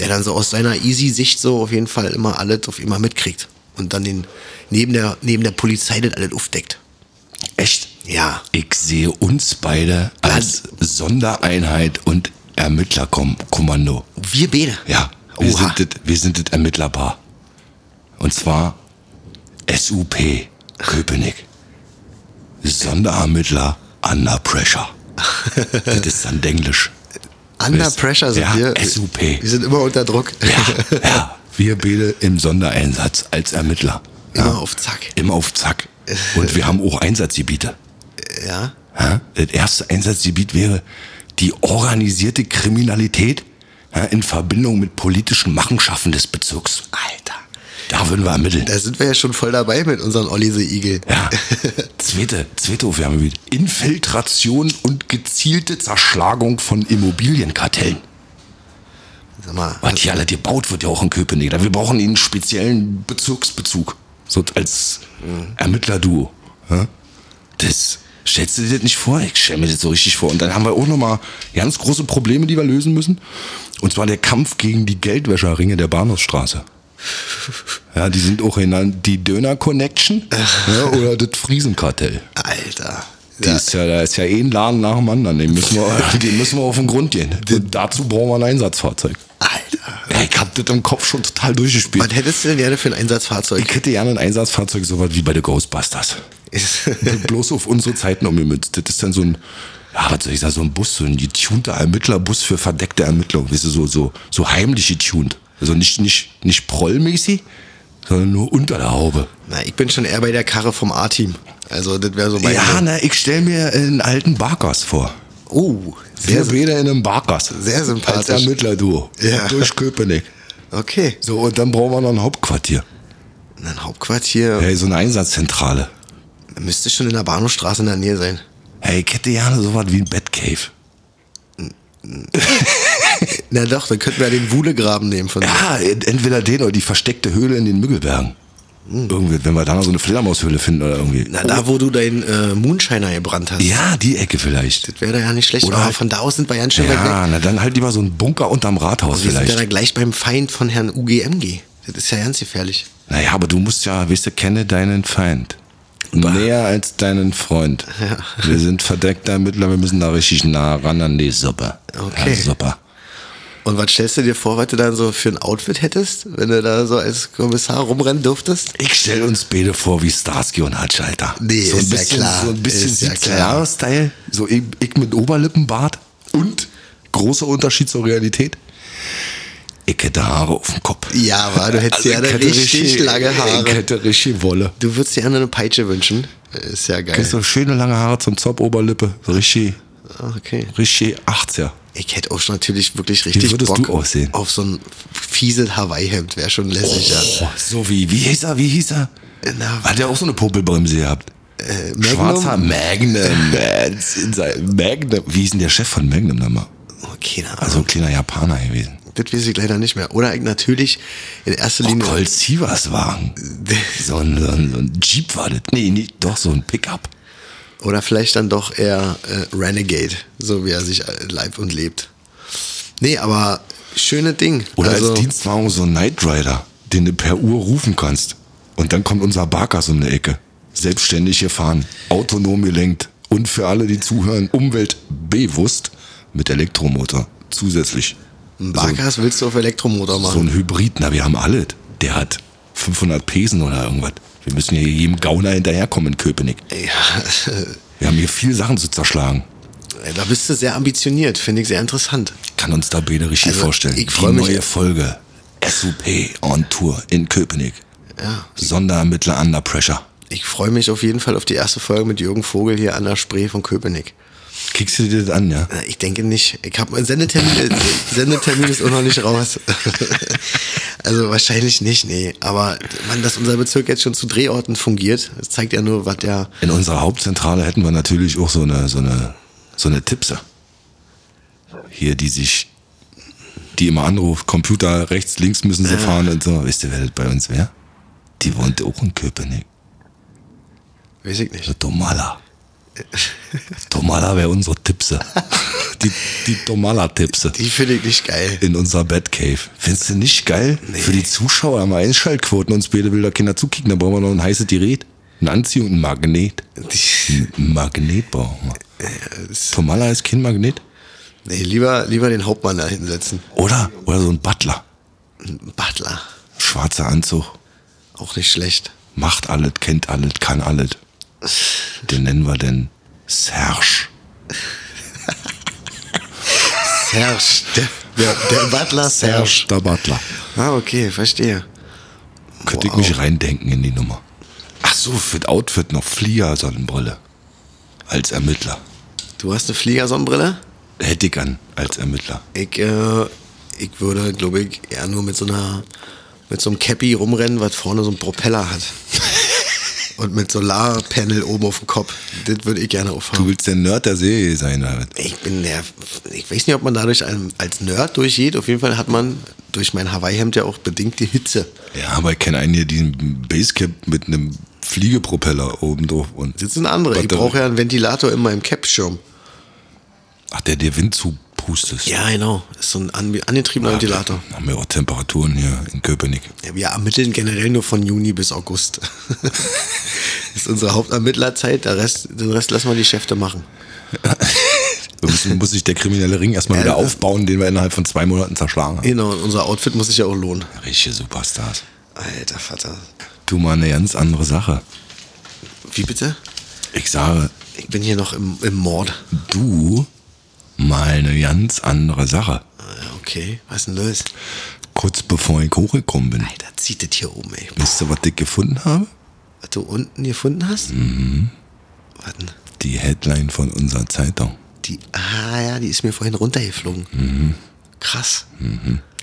Speaker 4: Der dann so aus seiner Easy-Sicht so auf jeden Fall immer alles auf immer mitkriegt. Und dann den, neben der, neben der Polizei das alles aufdeckt.
Speaker 5: Echt?
Speaker 4: Ja.
Speaker 5: Ich sehe uns beide als Sondereinheit und Ermittlerkommando.
Speaker 4: Wir beide.
Speaker 5: Ja, wir
Speaker 4: Oha.
Speaker 5: sind, das, wir sind das Ermittlerpaar. Und zwar SUP Köpenick. Sonderermittler Under Pressure. das ist dann Denglisch.
Speaker 4: Under
Speaker 5: Wisst-
Speaker 4: Pressure sind
Speaker 5: Ja,
Speaker 4: wir.
Speaker 5: SUP.
Speaker 4: Wir sind immer unter Druck.
Speaker 5: Ja, ja, wir beide im Sondereinsatz als Ermittler.
Speaker 4: Immer
Speaker 5: Ja,
Speaker 4: auf Zack.
Speaker 5: immer auf Zack. Und wir haben auch Einsatzgebiete.
Speaker 4: Ja.
Speaker 5: Ja, das erste Einsatzgebiet wäre die organisierte Kriminalität ja, in Verbindung mit politischen Machenschaften des Bezirks. Alter. Da würden wir ermitteln.
Speaker 4: Da sind wir ja schon voll dabei mit unseren Olli the Igel.
Speaker 5: Ja. Zweite, zweite Aufwärmegebiet. Infiltration und gezielte Zerschlagung von Immobilienkartellen.
Speaker 4: Sag mal.
Speaker 5: Was hier alle gebaut wird, ja auch in Köpenick. Wir brauchen einen speziellen Bezirksbezug. So als Ermittlerduo. Ja? Das stellst du dir das nicht vor? Ich stelle mir das so richtig vor. Und dann haben wir auch nochmal ganz große Probleme, die wir lösen müssen. Und zwar der Kampf gegen die Geldwäscherringe der Bahnhofsstraße. Ja, die sind auch genannt die Döner-Connection ja, oder das Friesenkartell.
Speaker 4: Alter.
Speaker 5: Die ist ja, da ist ja eh ein Laden nach dem anderen. Den müssen wir, den müssen wir auf den Grund gehen. Und dazu brauchen wir ein Einsatzfahrzeug.
Speaker 4: Alter.
Speaker 5: Ja, ich hab das im Kopf schon total
Speaker 4: Was
Speaker 5: durchgespielt.
Speaker 4: hättest du denn gerne für ein Einsatzfahrzeug?
Speaker 5: Ich hätte gerne ein Einsatzfahrzeug, so was wie bei den Ghostbusters. Bloß auf unsere Zeiten umgemützt. Das ist dann so ein, ja, was soll ich sagen, so ein Bus, so ein getunter Ermittlerbus für verdeckte Ermittlung. Weißt du, so, so, so heimlich getunt. Also nicht, nicht, nicht prollmäßig, sondern nur unter der Haube.
Speaker 4: Na, ich bin schon eher bei der Karre vom A-Team. Also, das wäre so mein.
Speaker 5: Ja, na, ich stell mir einen alten Barkas vor.
Speaker 4: Oh,
Speaker 5: Wir
Speaker 4: sehr,
Speaker 5: beide in einem Barkas.
Speaker 4: sehr sympathisch.
Speaker 5: Als Ermittlerduo.
Speaker 4: Ja.
Speaker 5: Durch Köpenick.
Speaker 4: Okay.
Speaker 5: So, und dann brauchen wir noch ein Hauptquartier.
Speaker 4: Und ein Hauptquartier
Speaker 5: Hey, so eine Einsatzzentrale.
Speaker 4: müsste schon in der Bahnhofstraße in der Nähe sein.
Speaker 5: Hey, ich hätte gerne sowas wie ein Batcave.
Speaker 4: Na doch, dann könnten wir ja den Wuhlegraben nehmen von dir.
Speaker 5: Ja, ent- entweder den oder die versteckte Höhle in den Müggelbergen. Irgendwie, wenn wir da noch so eine Fledermaushöhle finden oder irgendwie.
Speaker 4: Hm. Na, da, wo du deinen äh, Moonshiner gebrannt hast.
Speaker 5: ja, die Ecke vielleicht.
Speaker 4: Wäre da ja nicht schlecht.
Speaker 5: Oder
Speaker 4: Aber
Speaker 5: halt-
Speaker 4: von da aus sind wir ganz schön weit weg.
Speaker 5: Ja, na dann halt lieber so ein Bunker unterm Rathaus
Speaker 4: Wir sind ja da
Speaker 5: vielleicht.
Speaker 4: gleich beim Feind von Herrn UGMG. Das ist ja ganz gefährlich.
Speaker 5: Naja, aber du musst ja, weißt du, kenne deinen Feind. Näher als deinen Freund. Wir sind verdeckte Ermittler, wir müssen da richtig nah ran an die Suppe.
Speaker 4: Okay.
Speaker 5: An Suppe.
Speaker 4: Und was stellst du dir vor, was du dann so für ein Outfit hättest, wenn du da so als Kommissar rumrennen dürftest?
Speaker 5: Ich stell uns beide vor wie Starsky und Hutch, Alter.
Speaker 4: Nee,
Speaker 5: so ein
Speaker 4: ist ja
Speaker 5: bisschen,
Speaker 4: klar.
Speaker 5: So ein bisschen
Speaker 4: Ist ja
Speaker 5: 17
Speaker 4: klar.
Speaker 5: Jahre Style. So ich, ich mit Oberlippenbart und großer Unterschied zur Realität. Ich hätte Haare auf dem Kopf.
Speaker 4: Ja, aber du hättest ja
Speaker 5: Also ich äh,
Speaker 4: dann
Speaker 5: hätte
Speaker 4: richtig lange Haare.
Speaker 5: Ich hätte richtig Wolle.
Speaker 4: Du würdest dir gerne eine Peitsche wünschen. Ist ja geil.
Speaker 5: Kennst du schöne lange Haare zum Zopf, Oberlippe. Richtig,
Speaker 4: Ah, Okay.
Speaker 5: richtig 80er.
Speaker 4: Ich hätte auch schon natürlich wirklich richtig
Speaker 5: würdest
Speaker 4: Bock
Speaker 5: du aussehen?
Speaker 4: auf so ein fieses Hawaii-Hemd. Wäre schon lässig,
Speaker 5: Oh, so wie, wie hieß er, wie hieß er?
Speaker 4: Na,
Speaker 5: Hat er auch so eine Popelbremse gehabt?
Speaker 4: Äh, Magnum?
Speaker 5: Schwarzer Magnum. man. In sein- Magnum. Wie hieß denn der Chef von Magnum nochmal?
Speaker 4: ja. Okay, na, also
Speaker 5: Also ein kleiner Japaner gewesen.
Speaker 4: das weiß ich leider nicht mehr. Oder ich natürlich in erster
Speaker 5: Oh,
Speaker 4: Linie.
Speaker 5: Colt Sievers Wagen. So ein, so, ein, so ein Jeep war das. Nee, nee, doch so ein Pickup.
Speaker 4: Oder vielleicht dann doch eher äh, Renegade, so wie er sich äh, leib und lebt. Nee, aber schönes Ding.
Speaker 5: Oder
Speaker 4: also,
Speaker 5: als Dienstwagen so ein Knight Rider, den du per Uhr rufen kannst. Und dann kommt unser Barkas um die Ecke. Selbstständig gefahren, autonom gelenkt und für alle, die zuhören, umweltbewusst mit Elektromotor. Zusätzlich.
Speaker 4: Ein Barkas willst du auf Elektromotor
Speaker 5: So
Speaker 4: machen.
Speaker 5: ein Hybrid, na wir haben alle. Der hat 500 Pesen oder irgendwas. Wir müssen hier jedem Gauner hinterherkommen in Köpenick.
Speaker 4: ja,
Speaker 5: Wir haben hier viele Sachen zu zerschlagen.
Speaker 4: da bist du sehr ambitioniert, finde ich sehr interessant.
Speaker 5: kann uns da Bene richtig
Speaker 4: Also,
Speaker 5: vorstellen.
Speaker 4: ich freu mich-
Speaker 5: Die neue Folge SUP on Tour in Köpenick.
Speaker 4: Ja.
Speaker 5: Sonderermittler under pressure.
Speaker 4: Ich freue mich auf jeden Fall auf die erste Folge mit Jürgen Vogel hier an der Spree von Köpenick.
Speaker 5: Kickst du dir das an, ja?
Speaker 4: Na, Ich denke nicht. Ich habe meinen Sendetermin, äh, Sendetermin ist auch noch nicht raus. also wahrscheinlich nicht, nee. Aber man, dass unser Bezirk jetzt schon zu Drehorten fungiert, das zeigt ja nur, was der
Speaker 5: In unserer Hauptzentrale hätten wir natürlich auch so eine, so eine, so eine Tippse. Hier, die sich, die immer anruft, Computer rechts, links müssen
Speaker 4: Ah.
Speaker 5: sie fahren und so. Wisst ihr, wer das bei uns wäre? Die wohnt auch in Köpenick.
Speaker 4: Weiß ich nicht.
Speaker 5: Der Tomala. Tomala wäre unsere Tippse. Die, die Tomala-Tippse.
Speaker 4: Die finde ich nicht geil.
Speaker 5: in unserer Batcave. Findest du nicht geil? Für die Zuschauer haben wir Einschaltquoten und später will der Kinder zukicken, dann brauchen wir noch ein heißes Gerät. Ein Anzieh und ein Magnet.
Speaker 4: Die,
Speaker 5: Ein Magnet brauchen wir. Tomala ist kein Magnet.
Speaker 4: nee, lieber, lieber den Hauptmann da hinsetzen.
Speaker 5: Oder? Oder so ein Butler.
Speaker 4: Ein Butler.
Speaker 5: Schwarzer Anzug.
Speaker 4: Auch nicht schlecht.
Speaker 5: Macht alles, kennt alles, kann alles. Den nennen wir denn Serge.
Speaker 4: Serge. Der, der, der Butler Serge.
Speaker 5: Der Butler.
Speaker 4: Ah, okay, verstehe.
Speaker 5: Könnte
Speaker 4: Wow.
Speaker 5: ich mich reindenken in die Nummer. Ach so, für das Outfit noch Flieger, Sonnenbrille. Als Ermittler.
Speaker 4: Du hast eine Fliegersonnenbrille?
Speaker 5: Hätte ich an, als Ermittler.
Speaker 4: Ich, äh, ich würde, glaube ich, eher nur mit so einer, mit so einem Cappy rumrennen, was vorne so einen Propeller hat. Und mit Solarpanel oben auf dem Kopf. Das würde ich gerne
Speaker 5: Du
Speaker 4: aufhaben.
Speaker 5: willst der Nerd der Serie sein, David.
Speaker 4: Ich bin der, ich weiß nicht, ob man dadurch einen- als Nerd durchgeht. Auf jeden Fall hat man durch mein Hawaii-Hemd ja auch bedingt die Hitze.
Speaker 5: Ja, aber ich kenne einen hier, die ein Basecap mit einem Fliegepropeller oben drauf und.
Speaker 4: Das sind andere. Ich
Speaker 5: Batterie.
Speaker 4: brauche ja einen Ventilator in meinem Cap-Schirm.
Speaker 5: Ach, der dir Wind zupustet.
Speaker 4: Ja, genau. Ist so ein an- angetriebener Ventilator.
Speaker 5: Ja, haben wir auch Temperaturen hier in Köpenick.
Speaker 4: Ja, wir ermitteln generell nur von Juni bis August. ist unsere Hauptermittlerzeit. Der Rest, den Rest lassen wir die Schäfte machen.
Speaker 5: Irgendwie muss sich der kriminelle Ring erstmal wieder aufbauen, den wir innerhalb von zwei Monaten zerschlagen haben.
Speaker 4: Genau, und unser Outfit muss sich ja auch lohnen.
Speaker 5: Richtige Superstars.
Speaker 4: Alter Vater.
Speaker 5: Du mal eine ganz andere Sache.
Speaker 4: Wie bitte?
Speaker 5: Ich sage,
Speaker 4: Ich bin hier noch im, im Mord.
Speaker 5: du mal eine ganz andere Sache.
Speaker 4: Ah, Okay, was ist denn los?
Speaker 5: Kurz bevor ich hochgekommen bin,
Speaker 4: Alter, zieht das hier oben, ey.
Speaker 5: wisst ihr, was ich gefunden habe?
Speaker 4: Was du unten gefunden hast? Mhm. Warte.
Speaker 5: Die Headline von unserer Zeitung.
Speaker 4: Die, ah ja, die ist mir vorhin runtergeflogen. krass.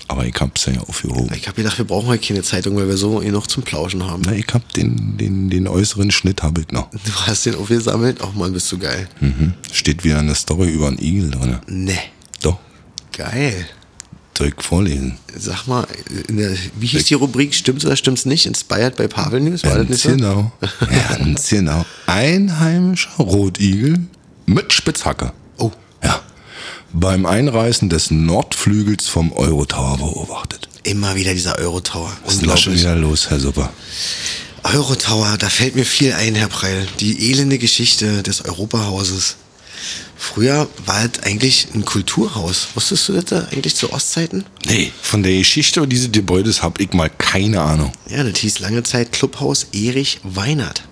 Speaker 5: Aber ich hab's ja aufgehoben.
Speaker 4: Ich habe gedacht, wir brauchen heute keine Zeitung, weil wir so eh noch zum Plauschen haben.
Speaker 5: Na, ich hab den, den, den äußeren Schnitt hab ich noch.
Speaker 4: Du hast den aufgesammelt? Auch mal bist du geil.
Speaker 5: Mhm. Steht wieder eine Story über einen Igel drin.
Speaker 4: Ne,
Speaker 5: Doch,
Speaker 4: geil.
Speaker 5: soll ich vorlesen.
Speaker 4: Sag mal, in der, wie hieß die Rubrik? Stimmt's oder stimmt's nicht? Inspired bei Pavel News? War das nicht
Speaker 5: Ganz
Speaker 4: so?
Speaker 5: genau. Ganz genau. Einheimischer Rotigel mit Spitzhacke.
Speaker 4: Oh.
Speaker 5: Ja. Beim Einreißen des Nordflügels vom Eurotower beobachtet.
Speaker 4: Immer wieder dieser Eurotower.
Speaker 5: Was ist denn da schon wieder los, Herr Supper?
Speaker 4: Eurotower, da fällt mir viel ein, Herr Preil. Die elende Geschichte des Europahauses. Früher war es eigentlich ein Kulturhaus. Wusstest du das da eigentlich zu Ostzeiten?
Speaker 5: Nee, von der Geschichte dieses Gebäudes habe ich mal keine Ahnung.
Speaker 4: Ja, das hieß lange Zeit Clubhaus Erich Weinert.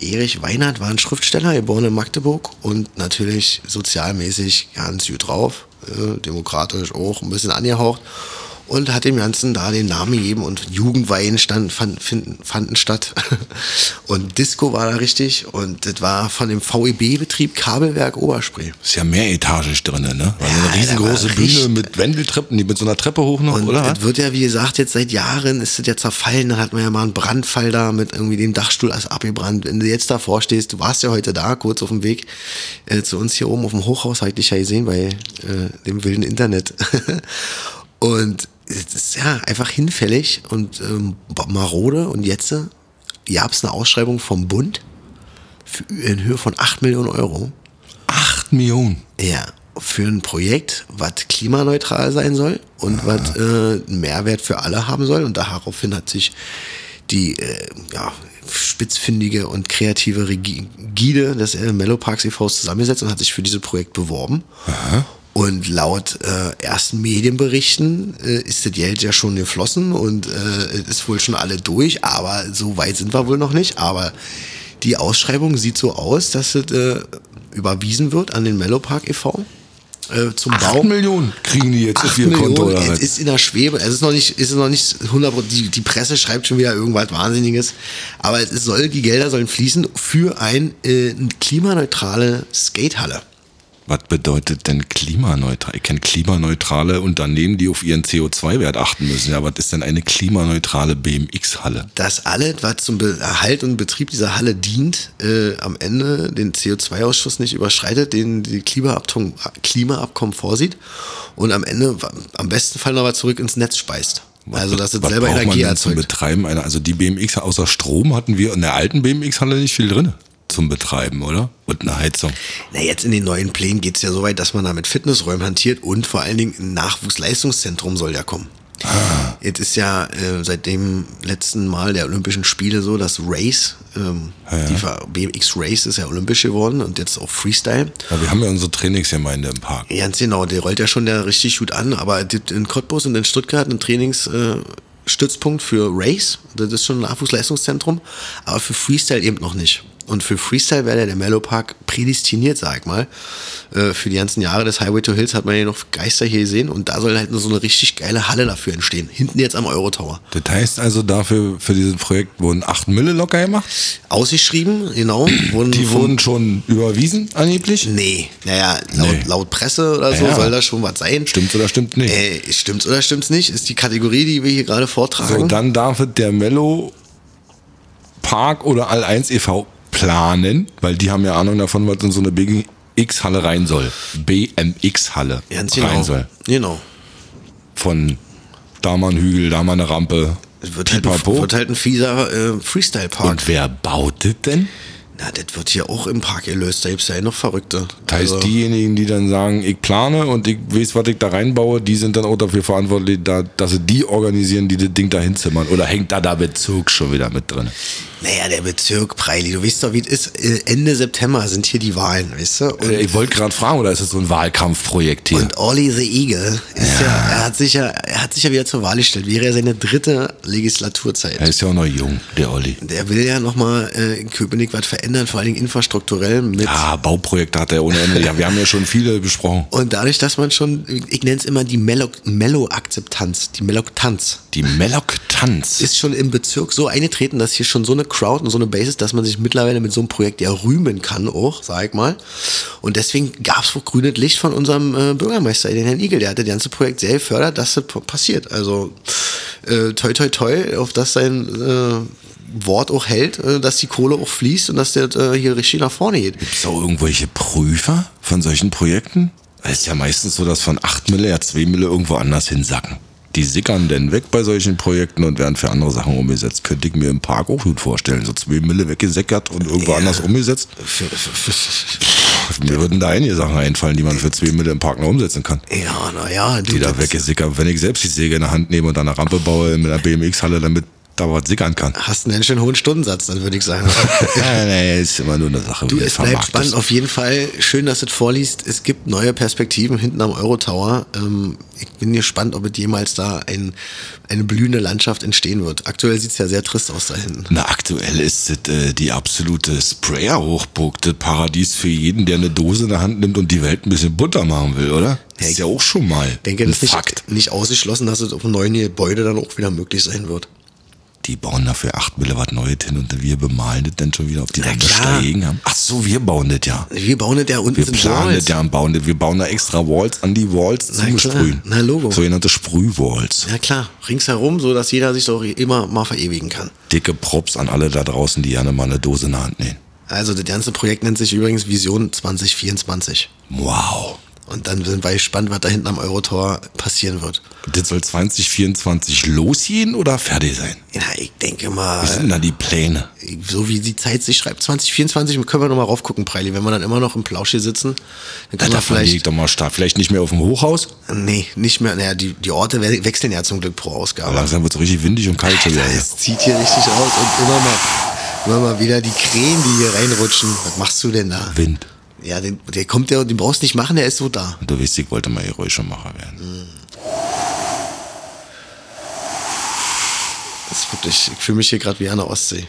Speaker 4: Erich Weinert war ein Schriftsteller, geboren in Magdeburg und natürlich sozialmäßig ganz gut drauf, äh, demokratisch auch, ein bisschen angehaucht und hat dem Ganzen da den Namen gegeben und Jugendweihen stand, fand, finden, fanden statt und Disco war da richtig und das war von dem VEB-Betrieb Kabelwerk Oberspree.
Speaker 5: Ist ja mehretagig drin, ne? War so
Speaker 4: Ja,
Speaker 5: eine riesengroße
Speaker 4: da war
Speaker 5: Bühne
Speaker 4: richtig-
Speaker 5: mit Wendeltreppen, die mit so einer Treppe hoch noch,
Speaker 4: Und äh,
Speaker 5: oder?
Speaker 4: es wird ja, wie gesagt, jetzt seit Jahren ist es ja zerfallen. Dann hat man ja mal einen Brandfall da mit irgendwie dem Dachstuhl als abgebrannt. Wenn du jetzt davor stehst, du warst ja heute da, kurz auf dem Weg äh, zu uns hier oben auf dem Hochhaus, hab ich dich ja gesehen bei äh, dem wilden Internet. und es ist ja einfach hinfällig und ähm, marode. Und jetzt äh, gab es eine Ausschreibung vom Bund für, in Höhe von 8 Millionen Euro.
Speaker 5: Acht Millionen.
Speaker 4: Ja, für ein Projekt, was klimaneutral sein soll und was äh, einen Mehrwert für alle haben soll. Und daraufhin hat sich die äh, ja, spitzfindige und kreative Regi- Gide des äh, Mellow Parks e.V. zusammengesetzt und hat sich für dieses Projekt beworben. Und laut äh, ersten Medienberichten äh, ist das Geld ja schon geflossen und äh, es ist wohl schon alle durch, aber so weit sind wir wohl noch nicht. Aber die Ausschreibung sieht so aus, dass es äh, überwiesen wird an den Mellow Park e.V. Äh, zum Bau.
Speaker 5: Acht Millionen kriegen die jetzt auf
Speaker 4: Acht
Speaker 5: ihr Konto,
Speaker 4: Millionen
Speaker 5: oder?
Speaker 4: es
Speaker 5: was?
Speaker 4: ist in der Schwebe. Es ist noch nicht, es ist noch nicht 100 die, die Presse schreibt schon wieder irgendwas Wahnsinniges. Aber es soll, die Gelder sollen fließen für ein, äh, eine klimaneutrale Skatehalle.
Speaker 5: Was bedeutet denn klimaneutral? Ich kenne klimaneutrale Unternehmen, die auf ihren CO2-Wert achten müssen. Ja, was ist denn eine klimaneutrale BMX-Halle?
Speaker 4: dass alles, was zum Be- Erhalt und Betrieb dieser Halle dient, äh, am Ende den CO2-Ausschuss nicht überschreitet, den die Klimaabton- Klimaabkommen vorsieht und am Ende wa- am besten Fall noch mal zurück ins Netz speist. Also, dass es
Speaker 5: was
Speaker 4: selber
Speaker 5: braucht man
Speaker 4: Energie
Speaker 5: denn zum
Speaker 4: erzeugt.
Speaker 5: Betreiben einer, also die BMX, außer Strom hatten wir in der alten BMX-Halle nicht viel drin zum Betreiben, oder? Und eine Heizung.
Speaker 4: Na, jetzt in den neuen Plänen geht's ja so weit, dass man da mit Fitnessräumen hantiert und vor allen Dingen ein Nachwuchsleistungszentrum soll ja kommen.
Speaker 5: Ah.
Speaker 4: Jetzt ist ja äh, seit dem letzten Mal der Olympischen Spiele so, dass Race, ähm, die Ver- BMX Race ist ja olympisch geworden und jetzt auch Freestyle.
Speaker 5: Ja, wir haben ja unsere Trainingsgemeinde im Park.
Speaker 4: Ganz genau, der rollt ja schon der richtig gut an, aber es gibt in Cottbus und in Stuttgart einen Trainingsstützpunkt für Race, das ist schon ein Nachwuchsleistungszentrum, aber für Freestyle eben noch nicht. Und für Freestyle wäre der Mellow Park prädestiniert, sag ich mal. Äh, Für die ganzen Jahre des Highway to Hills hat man ja noch Geister hier gesehen und da soll halt nur so eine richtig geile Halle dafür entstehen. Hinten jetzt am Eurotower.
Speaker 5: Das heißt also, dafür, für dieses Projekt wurden acht Mille locker gemacht.
Speaker 4: Ausgeschrieben, genau. Wurden
Speaker 5: Die
Speaker 4: vom-
Speaker 5: wurden schon überwiesen, angeblich.
Speaker 4: Nee, naja, laut,
Speaker 5: Nee.
Speaker 4: laut Presse oder so
Speaker 5: Ja.
Speaker 4: soll das schon was sein.
Speaker 5: Stimmt's oder stimmt's nicht?
Speaker 4: Äh, stimmt's oder stimmt's nicht, ist die Kategorie, die wir hier gerade vortragen.
Speaker 5: So, dann darf es der Mellow Park oder All1 e.V. planen, weil die haben ja Ahnung davon, was in so eine BMX-Halle rein soll. BMX-Halle rein
Speaker 4: Ganz genau.
Speaker 5: soll.
Speaker 4: Genau.
Speaker 5: Von da mal ein Hügel, da mal eine Rampe.
Speaker 4: Es wird, halt ein,
Speaker 5: Pipapo.
Speaker 4: wird halt ein fieser äh, Freestyle-Park.
Speaker 5: Und wer baut das denn?
Speaker 4: Na, das wird hier auch im Park gelöst. Da gibt's ja eh noch Verrückte.
Speaker 5: Das heißt,
Speaker 4: Also,
Speaker 5: diejenigen, die dann sagen, ich plane und ich weiß, was ich da reinbaue, die sind dann auch dafür verantwortlich, da, dass sie die organisieren, die das Ding da hinzimmern. Oder hängt da der Bezirk schon wieder mit drin?
Speaker 4: Naja, der Bezirk Preili. Du weißt doch, wie es ist. Äh, Ende September sind hier die Wahlen, weißt du? Und,
Speaker 5: Äh, Ich wollte gerade fragen, oder ist das so ein Wahlkampfprojekt hier?
Speaker 4: und Olli the Eagle ist ja. er hat sich ja, er hat sich ja wieder zur Wahl gestellt. Wäre ja seine dritte Legislaturzeit.
Speaker 5: er ist ja auch noch jung, der Olli.
Speaker 4: Der will ja nochmal äh, in Köpenick was verändern, vor allen Dingen infrastrukturell mit.
Speaker 5: Ja, Ah, Bauprojekte hat er ohne Ende. Ja, wir haben ja schon viele besprochen.
Speaker 4: Und dadurch, dass man schon, ich nenne es immer die Mello- Mellow-Akzeptanz, die Melloktanz,
Speaker 5: Die Meloktanz.
Speaker 4: ist schon im Bezirk so eingetreten, dass hier schon so eine Crowd und so eine Base ist, dass man sich mittlerweile mit so einem Projekt ja rühmen kann auch, sag ich mal. Und deswegen gab es wohl grünes Licht von unserem äh, Bürgermeister, den Herrn Igel. Der hat das ganze Projekt sehr gefördert, dass das p- passiert. Also äh, toi toi toi, auf das sein äh, Wort auch hält, äh, dass die Kohle auch fließt und dass der äh, hier richtig nach vorne geht.
Speaker 5: So irgendwelche Prüfer von solchen Projekten? Es ist ja meistens so, dass von 8 Mille ja 2 Mille irgendwo anders hinsacken. Die sickern denn weg bei solchen Projekten und werden für andere Sachen umgesetzt. Könnte ich mir im Park auch gut vorstellen. So 2 Mille weggesickert und irgendwo anders umgesetzt. Mir würden da einige Sachen einfallen, die man für 2 Mille im Park noch umsetzen kann.
Speaker 4: Ja, naja,
Speaker 5: Die da weggesickert. Wenn ich selbst die Säge in der Hand nehme und dann eine Rampe baue mit einer BMX-Halle, damit da was sickern kann.
Speaker 4: Hast einen ganz schön hohen Stundensatz, dann würde ich sagen.
Speaker 5: Ja, nee, ist immer nur eine Sache,
Speaker 4: Du,
Speaker 5: wie
Speaker 4: es bleibt
Speaker 5: vermarktet.
Speaker 4: spannend. Auf jeden Fall schön, dass du es vorliest. Es gibt neue Perspektiven hinten am Eurotower. Ähm, ich bin gespannt, ob es jemals da ein, eine blühende Landschaft entstehen wird. Aktuell sieht es ja sehr trist aus da hinten.
Speaker 5: Na, aktuell ist es äh, die absolute Sprayer-Hochburg, das Paradies für jeden, der eine Dose in der Hand nimmt und die Welt ein bisschen bunter machen will, oder?
Speaker 4: Ja,
Speaker 5: ist
Speaker 4: ich
Speaker 5: ja auch schon mal
Speaker 4: Ich denke,
Speaker 5: ein
Speaker 4: das ist
Speaker 5: Fakt.
Speaker 4: nicht, nicht ausgeschlossen, dass es auf einem neuen Gebäude dann auch wieder möglich sein wird.
Speaker 5: Die bauen dafür 8 Milliwatt Neues hin und wir bemalen das dann schon wieder, ob die dann
Speaker 4: klar.
Speaker 5: besteigen haben. Ach so, wir bauen das ja.
Speaker 4: Wir bauen es ja unten
Speaker 5: Wir
Speaker 4: sind
Speaker 5: planen
Speaker 4: Walls.
Speaker 5: das ja und bauen das. Wir bauen da extra Walls an die Walls
Speaker 4: Na
Speaker 5: zum
Speaker 4: klar.
Speaker 5: Sprühen.
Speaker 4: Na, Logo.
Speaker 5: Sogenannte Sprühwalls.
Speaker 4: Ja klar, ringsherum, so dass jeder sich doch immer mal verewigen kann.
Speaker 5: Dicke Props an alle da draußen, die gerne mal eine Dose in der Hand nehmen.
Speaker 4: Also das ganze Projekt nennt sich übrigens Vision 2024.
Speaker 5: Wow.
Speaker 4: Und dann sind wir gespannt, was da hinten am Eurotor passieren wird.
Speaker 5: Das soll 2024 losgehen oder fertig sein?
Speaker 4: Ja, ich denke mal,
Speaker 5: Was sind denn da die Pläne?
Speaker 4: so wie die Zeit sich schreibt, 2024 können wir nochmal raufgucken, Preili. Wenn wir dann immer noch im Plausch hier sitzen, dann kann
Speaker 5: Da
Speaker 4: man
Speaker 5: verlege ich
Speaker 4: vielleicht.
Speaker 5: doch mal stark. Vielleicht nicht mehr auf dem Hochhaus.
Speaker 4: Nee, nicht mehr. Naja, die, die Orte we- wechseln ja zum Glück pro
Speaker 5: Aber
Speaker 4: Ausgabe.
Speaker 5: langsam wird es richtig windig und kalt. hier.
Speaker 4: Alter, es zieht hier richtig aus und immer mal, immer mal wieder die Krähen, die hier reinrutschen. Was machst du denn da?
Speaker 5: Wind.
Speaker 4: Ja, den, der kommt ja, den brauchst du nicht machen, der ist so da.
Speaker 5: Und du weißt, ich wollte mal Geräuschemacher werden.
Speaker 4: Das ist wirklich, ich fühle mich hier gerade wie an der Ostsee.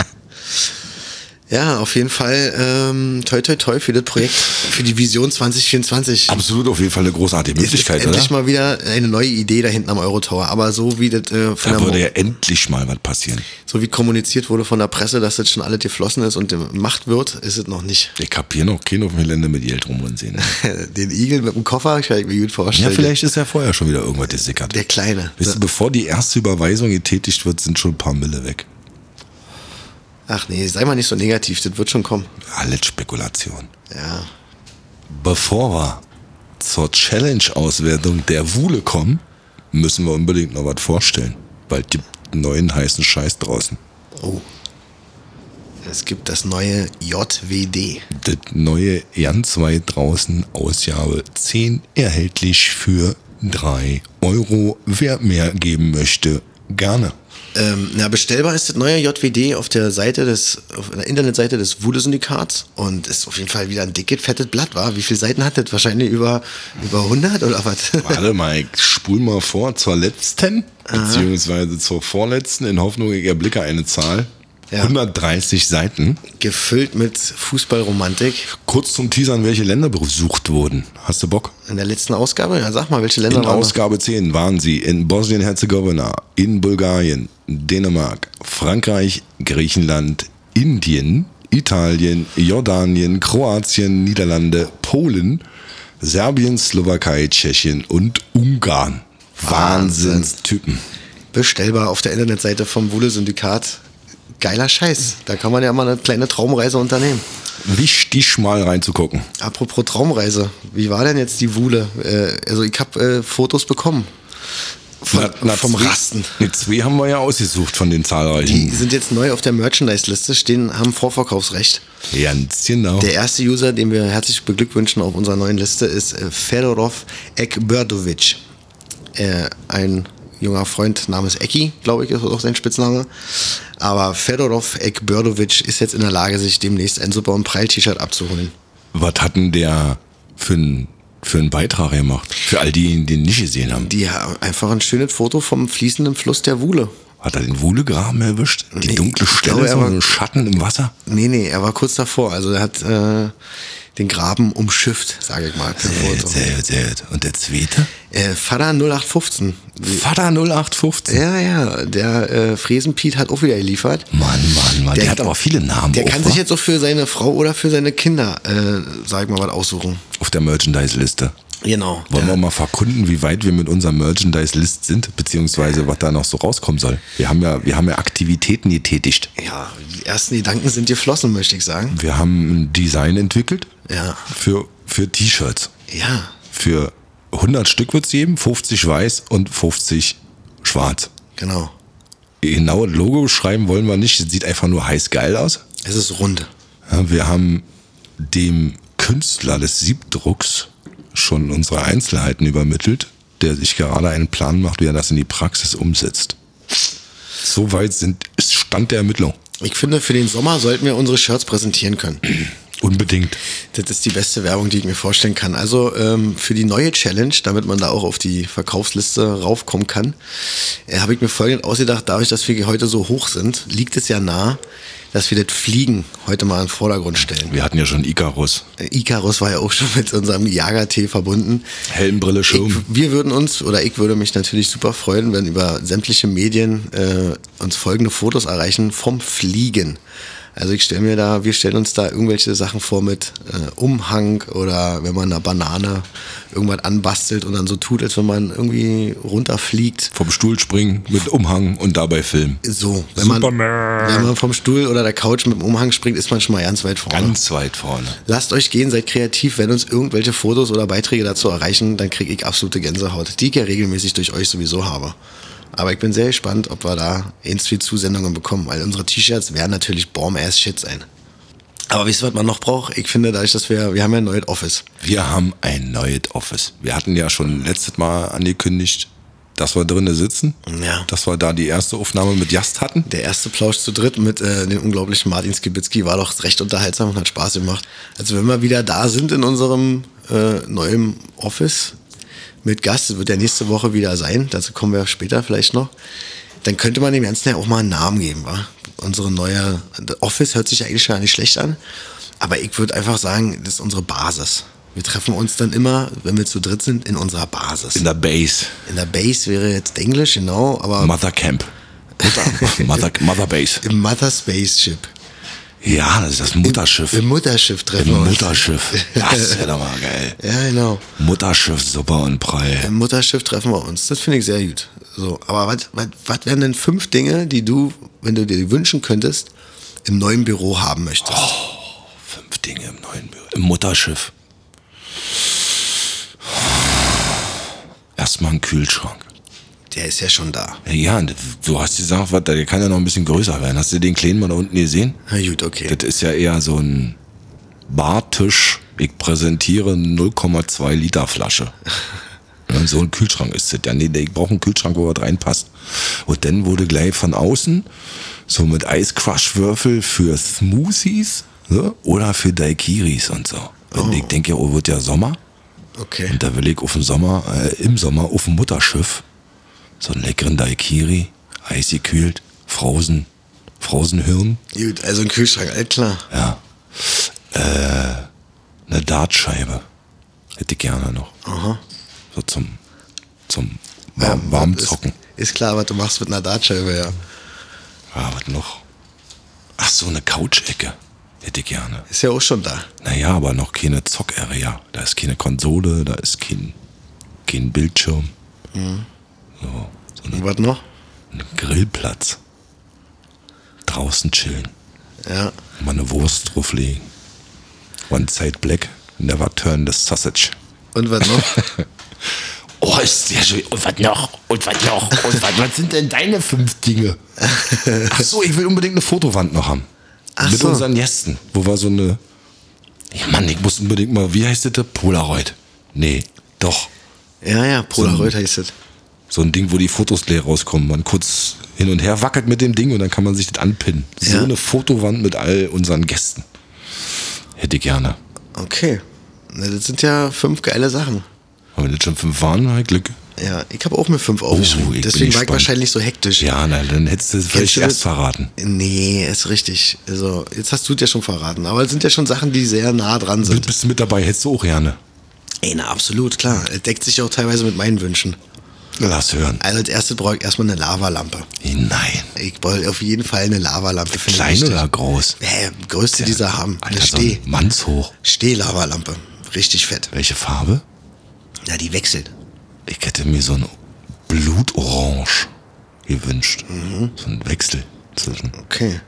Speaker 4: ja, auf jeden Fall, ähm, toi toi toi für das Projekt, für die Vision 2024.
Speaker 5: Absolut auf jeden Fall eine großartige Möglichkeit,
Speaker 4: ist
Speaker 5: oder?
Speaker 4: endlich mal wieder eine neue Idee da hinten am Eurotower. Aber so wie das äh, von
Speaker 5: da
Speaker 4: der, Mo-
Speaker 5: würde ja endlich mal was passieren.
Speaker 4: so wie kommuniziert wurde von der Presse, dass das schon alles geflossen ist und gemacht wird, ist es noch nicht.
Speaker 5: Ich hab hier noch keinen auf dem Gelände mit Geld rumrennen sehen.
Speaker 4: Den Igel mit dem Koffer kann ich mir gut
Speaker 5: Ja,
Speaker 4: vorstellen.
Speaker 5: vielleicht ist ja vorher schon wieder irgendwas gesickert.
Speaker 4: Der Kleine.
Speaker 5: Weißt du, bevor die erste Überweisung getätigt wird, sind schon ein paar Mille weg.
Speaker 4: Ach nee, sei mal nicht so negativ, das wird schon kommen.
Speaker 5: Alles Spekulation.
Speaker 4: Ja.
Speaker 5: Bevor wir zur Challenge-Auswertung der Wuhle kommen, müssen wir unbedingt noch was vorstellen. Bald gibt neuen heißen Scheiß draußen.
Speaker 4: Oh. Es gibt das neue JWD.
Speaker 5: Das neue Jan 2 draußen, Ausgabe 10, erhältlich für 3 Euro. Wer mehr geben möchte, gerne.
Speaker 4: Ähm, na, bestellbar ist das neue JWD auf der Seite des, auf der Internetseite des Wude-Syndikats und ist auf jeden Fall wieder ein dickes, fettes Blatt, war. Wie viele Seiten hat das? Wahrscheinlich über, über 100 oder was?
Speaker 5: Warte mal, ich spul mal vor zur letzten, beziehungsweise zur vorletzten, in Hoffnung, ich erblicke eine Zahl.
Speaker 4: Ja.
Speaker 5: 130 Seiten.
Speaker 4: Gefüllt mit Fußballromantik.
Speaker 5: Kurz zum Teasern, welche Länder besucht wurden. Hast du Bock?
Speaker 4: In der letzten Ausgabe, ja, sag mal, welche Länder
Speaker 5: In
Speaker 4: waren das?
Speaker 5: Ausgabe 10 waren sie in Bosnien-Herzegowina, in Bulgarien, Dänemark, Frankreich, Griechenland, Indien, Italien, Jordanien, Kroatien, Niederlande, Polen, Serbien, Slowakei, Tschechien und Ungarn.
Speaker 4: Wahnsinn.
Speaker 5: Wahnsinnstypen.
Speaker 4: Bestellbar auf der Internetseite vom Wude-Syndikat. Geiler Scheiß. Da kann man ja mal eine kleine Traumreise unternehmen.
Speaker 5: Wichtig mal reinzugucken.
Speaker 4: Apropos Traumreise, wie war denn jetzt die Wuhle? Äh, also ich habe äh, Fotos bekommen. Von, vom
Speaker 5: zwei-
Speaker 4: Rasten.
Speaker 5: Die zwei haben wir ja ausgesucht von den
Speaker 4: Die
Speaker 5: zahlreichen.
Speaker 4: sind jetzt neu auf der Merchandise-Liste, stehen, haben Vorverkaufsrecht.
Speaker 5: Ganz genau.
Speaker 4: Der erste User, den wir herzlich beglückwünschen auf unserer neuen Liste, ist äh, Fedorov Ekberdovic. Äh, ein junger Freund namens Eki, glaube ich, ist auch sein Spitzname. Aber Fedorov Ekberdovic ist jetzt in der Lage, sich demnächst ein super und Preil-T-Shirt abzuholen.
Speaker 5: Was hatten der für ein für einen Beitrag gemacht. Für all diejenigen, die ihn nicht gesehen haben.
Speaker 4: Die haben einfach ein schönes Foto vom fließenden Fluss der Wuhle.
Speaker 5: Hat er den Wuhlegraben erwischt? Die
Speaker 4: Nee,
Speaker 5: dunkle
Speaker 4: ich
Speaker 5: Stelle,
Speaker 4: glaube, er
Speaker 5: so
Speaker 4: war-
Speaker 5: ein Schatten im Wasser?
Speaker 4: Nee, nee, er war kurz davor. Also er hat äh, den Graben umschifft, sage ich mal. per
Speaker 5: Sehr, gut,
Speaker 4: Foto.
Speaker 5: Äh, sehr, gut, sehr. gut. Und der zweite?
Speaker 4: Äh, Vater 0815.
Speaker 5: Vater 0815.
Speaker 4: Ja, ja, der äh, Fräsenpiet hat auch wieder geliefert.
Speaker 5: Mann, Mann, Mann. Der,
Speaker 4: Der-
Speaker 5: hat aber viele Namen.
Speaker 4: Der
Speaker 5: auch,
Speaker 4: kann
Speaker 5: wa?
Speaker 4: sich jetzt auch für seine Frau oder für seine Kinder, äh, sag ich mal, was aussuchen.
Speaker 5: auf der Merchandise-Liste.
Speaker 4: Genau.
Speaker 5: Wollen wir mal verkunden, wie weit wir mit unserer Merchandise-List sind, beziehungsweise was da noch so rauskommen soll. Wir haben ja, wir haben ja Aktivitäten getätigt.
Speaker 4: Ja, die ersten Gedanken sind geflossen, möchte ich sagen.
Speaker 5: Wir haben ein Design entwickelt
Speaker 4: Ja.
Speaker 5: für, für T-Shirts.
Speaker 4: Ja,
Speaker 5: Für 100 Stück wird's geben, 50 weiß und 50 schwarz.
Speaker 4: genau.
Speaker 5: Genau das Logo schreiben wollen wir nicht, das sieht einfach nur heiß geil aus.
Speaker 4: Es ist rund.
Speaker 5: Ja, wir haben dem Künstler des Siebdrucks schon unsere Einzelheiten übermittelt, der sich gerade einen Plan macht, wie er das in die Praxis umsetzt. Soweit sind, ist Stand der Ermittlung.
Speaker 4: Ich finde, für den Sommer sollten wir unsere Shirts präsentieren können.
Speaker 5: Unbedingt.
Speaker 4: Das ist die beste Werbung, die ich mir vorstellen kann. Also ähm, für die neue Challenge, damit man da auch auf die Verkaufsliste raufkommen kann, äh, habe ich mir folgendes ausgedacht, dadurch, dass wir heute so hoch sind, liegt es ja nah, dass wir das Fliegen heute mal in den Vordergrund stellen.
Speaker 5: Wir hatten ja schon Icarus.
Speaker 4: Äh, Icarus war ja auch schon mit unserem Jagertee verbunden.
Speaker 5: Helmbrille,
Speaker 4: Ich,
Speaker 5: Schirm.
Speaker 4: wir würden uns, oder ich würde mich natürlich super freuen, wenn über sämtliche Medien äh, uns folgende Fotos erreichen vom Fliegen. Also ich stelle mir da, wir stellen uns da irgendwelche Sachen vor mit äh, Umhang oder wenn man eine Banane irgendwas anbastelt und dann so tut, als wenn man irgendwie runterfliegt.
Speaker 5: Vom Stuhl springen mit Umhang und dabei filmen.
Speaker 4: So, wenn man, wenn man vom Stuhl oder der Couch mit dem Umhang springt, ist man schon mal ganz weit vorne.
Speaker 5: Ganz weit vorne.
Speaker 4: Lasst euch gehen, seid kreativ. Wenn uns irgendwelche Fotos oder Beiträge dazu erreichen, dann kriege ich absolute Gänsehaut, die ich ja regelmäßig durch euch sowieso habe. Aber ich bin sehr gespannt, ob wir da ins viel Zusendungen bekommen, weil unsere T-Shirts werden natürlich Bomb-Ass-Shit sein. Aber wisst ihr, was man noch braucht? Ich finde, dadurch, dass wir, wir haben ja ein neues Office.
Speaker 5: Wir haben ein neues Office. Wir hatten ja schon letztes Mal angekündigt, dass wir drinnen sitzen.
Speaker 4: Ja.
Speaker 5: Dass wir da die erste Aufnahme mit Jast hatten.
Speaker 4: Der erste Plausch zu dritt mit äh, dem unglaublichen Martin Skibitzki war doch recht unterhaltsam und hat Spaß gemacht. Also wenn wir wieder da sind in unserem äh, neuen Office mit Gast, das wird ja nächste Woche wieder sein, dazu kommen wir später vielleicht noch, dann könnte man dem Ganzen ja auch mal einen Namen geben, wa? Unsere neue Office hört sich ja eigentlich schon gar nicht schlecht an, aber ich würde einfach sagen, das ist unsere Basis. Wir treffen uns dann immer, wenn wir zu dritt sind, in unserer Basis.
Speaker 5: In der Base.
Speaker 4: In der Base wäre jetzt Englisch, genau, aber
Speaker 5: Mother Camp. Mutter, Mother, Mother Base.
Speaker 4: im Mother Spaceship.
Speaker 5: Ja, das ist das Mutterschiff.
Speaker 4: Im Mutterschiff treffen
Speaker 5: Im
Speaker 4: wir uns.
Speaker 5: Mutterschiff. Das wäre doch mal geil.
Speaker 4: Ja, genau.
Speaker 5: Mutterschiff, Suppe und Prall.
Speaker 4: Im Mutterschiff treffen wir uns. Das finde ich sehr gut. So, aber was- was was wären denn fünf Dinge, die du, wenn du dir die wünschen könntest, im neuen Büro haben möchtest?
Speaker 5: Oh. Fünf Dinge im neuen Büro. Im Mutterschiff. Erstmal ein Kühlschrank.
Speaker 4: Der ist ja schon da.
Speaker 5: Ja, und du hast gesagt, was, der kann ja noch ein bisschen größer werden. Hast du den Kleinen mal da unten gesehen?
Speaker 4: Na gut, okay.
Speaker 5: Das ist ja eher so ein Bartisch. Ich präsentiere 0,2 Liter Flasche. Ja, so ein Kühlschrank ist das ja. Nee, ich brauche einen Kühlschrank, wo was reinpasst. Und dann wurde gleich von außen so mit Eiscrush-Würfel für Smoothies ne? oder für Daikiris und so. Und ich denke, oh, wird ja Sommer.
Speaker 4: Okay.
Speaker 5: Und da will ich auf dem Sommer, äh, im Sommer auf dem Mutterschiff so einen leckeren Daikiri, eisgekühlt, Frozen, Frozenhirn.
Speaker 4: Gut, also ein Kühlschrank, alles klar.
Speaker 5: Ja. Äh, eine Dartscheibe. Hätte ich gerne noch.
Speaker 4: Aha.
Speaker 5: So zum, zum
Speaker 4: Ah. Ja,
Speaker 5: warm, warm zocken.
Speaker 4: Ist, ist klar, was du machst mit einer Dartscheibe, ja.
Speaker 5: Ja, was noch? Ach so, eine Couch-Ecke. Hätte ich gerne.
Speaker 4: Ist ja auch schon da.
Speaker 5: Naja, aber noch keine Zock-Area. Da ist keine Konsole, da ist kein, kein Bildschirm. So, so eine
Speaker 4: Und was noch?
Speaker 5: Ein Grillplatz. Draußen chillen.
Speaker 4: Ja.
Speaker 5: Mal eine Wurst drauflegen. One side black, never turn the sausage.
Speaker 4: Und was noch?
Speaker 5: Oh, ist sehr schön. Und was noch? Und was noch? Und was, was sind denn deine fünf Dinge? Ach so, ich will unbedingt eine Fotowand noch haben.
Speaker 4: Ach
Speaker 5: Mit
Speaker 4: so.
Speaker 5: unseren Gästen. Wo war so eine... Ja, Mann, ich muss unbedingt mal... Wie heißt das? Polaroid. Nee, doch.
Speaker 4: ja, ja, Polaroid heißt es.
Speaker 5: So ein Ding, wo die Fotos leer rauskommen. Man kurz hin und her wackelt mit dem Ding und dann kann man sich das anpinnen. So
Speaker 4: Ja.
Speaker 5: eine Fotowand mit all unseren Gästen. Hätte ich gerne.
Speaker 4: Okay. Na, das sind ja fünf geile Sachen.
Speaker 5: Aber wenn das schon fünf waren, halt Glück.
Speaker 4: ja, ich habe auch mir fünf
Speaker 5: Oh, ich
Speaker 4: aufgeschrieben.
Speaker 5: bin
Speaker 4: Deswegen war ich
Speaker 5: gespannt.
Speaker 4: wahrscheinlich so hektisch.
Speaker 5: Ja, na, dann hättest du es vielleicht
Speaker 4: du
Speaker 5: erst
Speaker 4: das?
Speaker 5: verraten.
Speaker 4: Nee, ist richtig. Also, jetzt hast du es ja schon verraten. Aber es sind ja schon Sachen, die sehr nah dran
Speaker 5: Bist,
Speaker 4: sind.
Speaker 5: bist du mit dabei, hättest du auch gerne.
Speaker 4: Ey, na, absolut, klar. Es deckt sich auch teilweise mit meinen Wünschen.
Speaker 5: Lass hören.
Speaker 4: Also, als erstes brauche ich erstmal eine Lavalampe.
Speaker 5: Nein.
Speaker 4: Ich brauche auf jeden Fall eine Lavalampe. finde ich
Speaker 5: Klein
Speaker 4: wichtig.
Speaker 5: oder groß?
Speaker 4: Hä, größte, die sie haben. Eine
Speaker 5: Alter, so
Speaker 4: Steh.
Speaker 5: ein Mannshoch.
Speaker 4: Steh-Lavalampe. Richtig fett.
Speaker 5: Welche Farbe?
Speaker 4: Ja, die wechselt.
Speaker 5: Ich hätte mir so ein Blutorange gewünscht.
Speaker 4: Mhm.
Speaker 5: So ein Wechsel zwischen.
Speaker 4: Okay.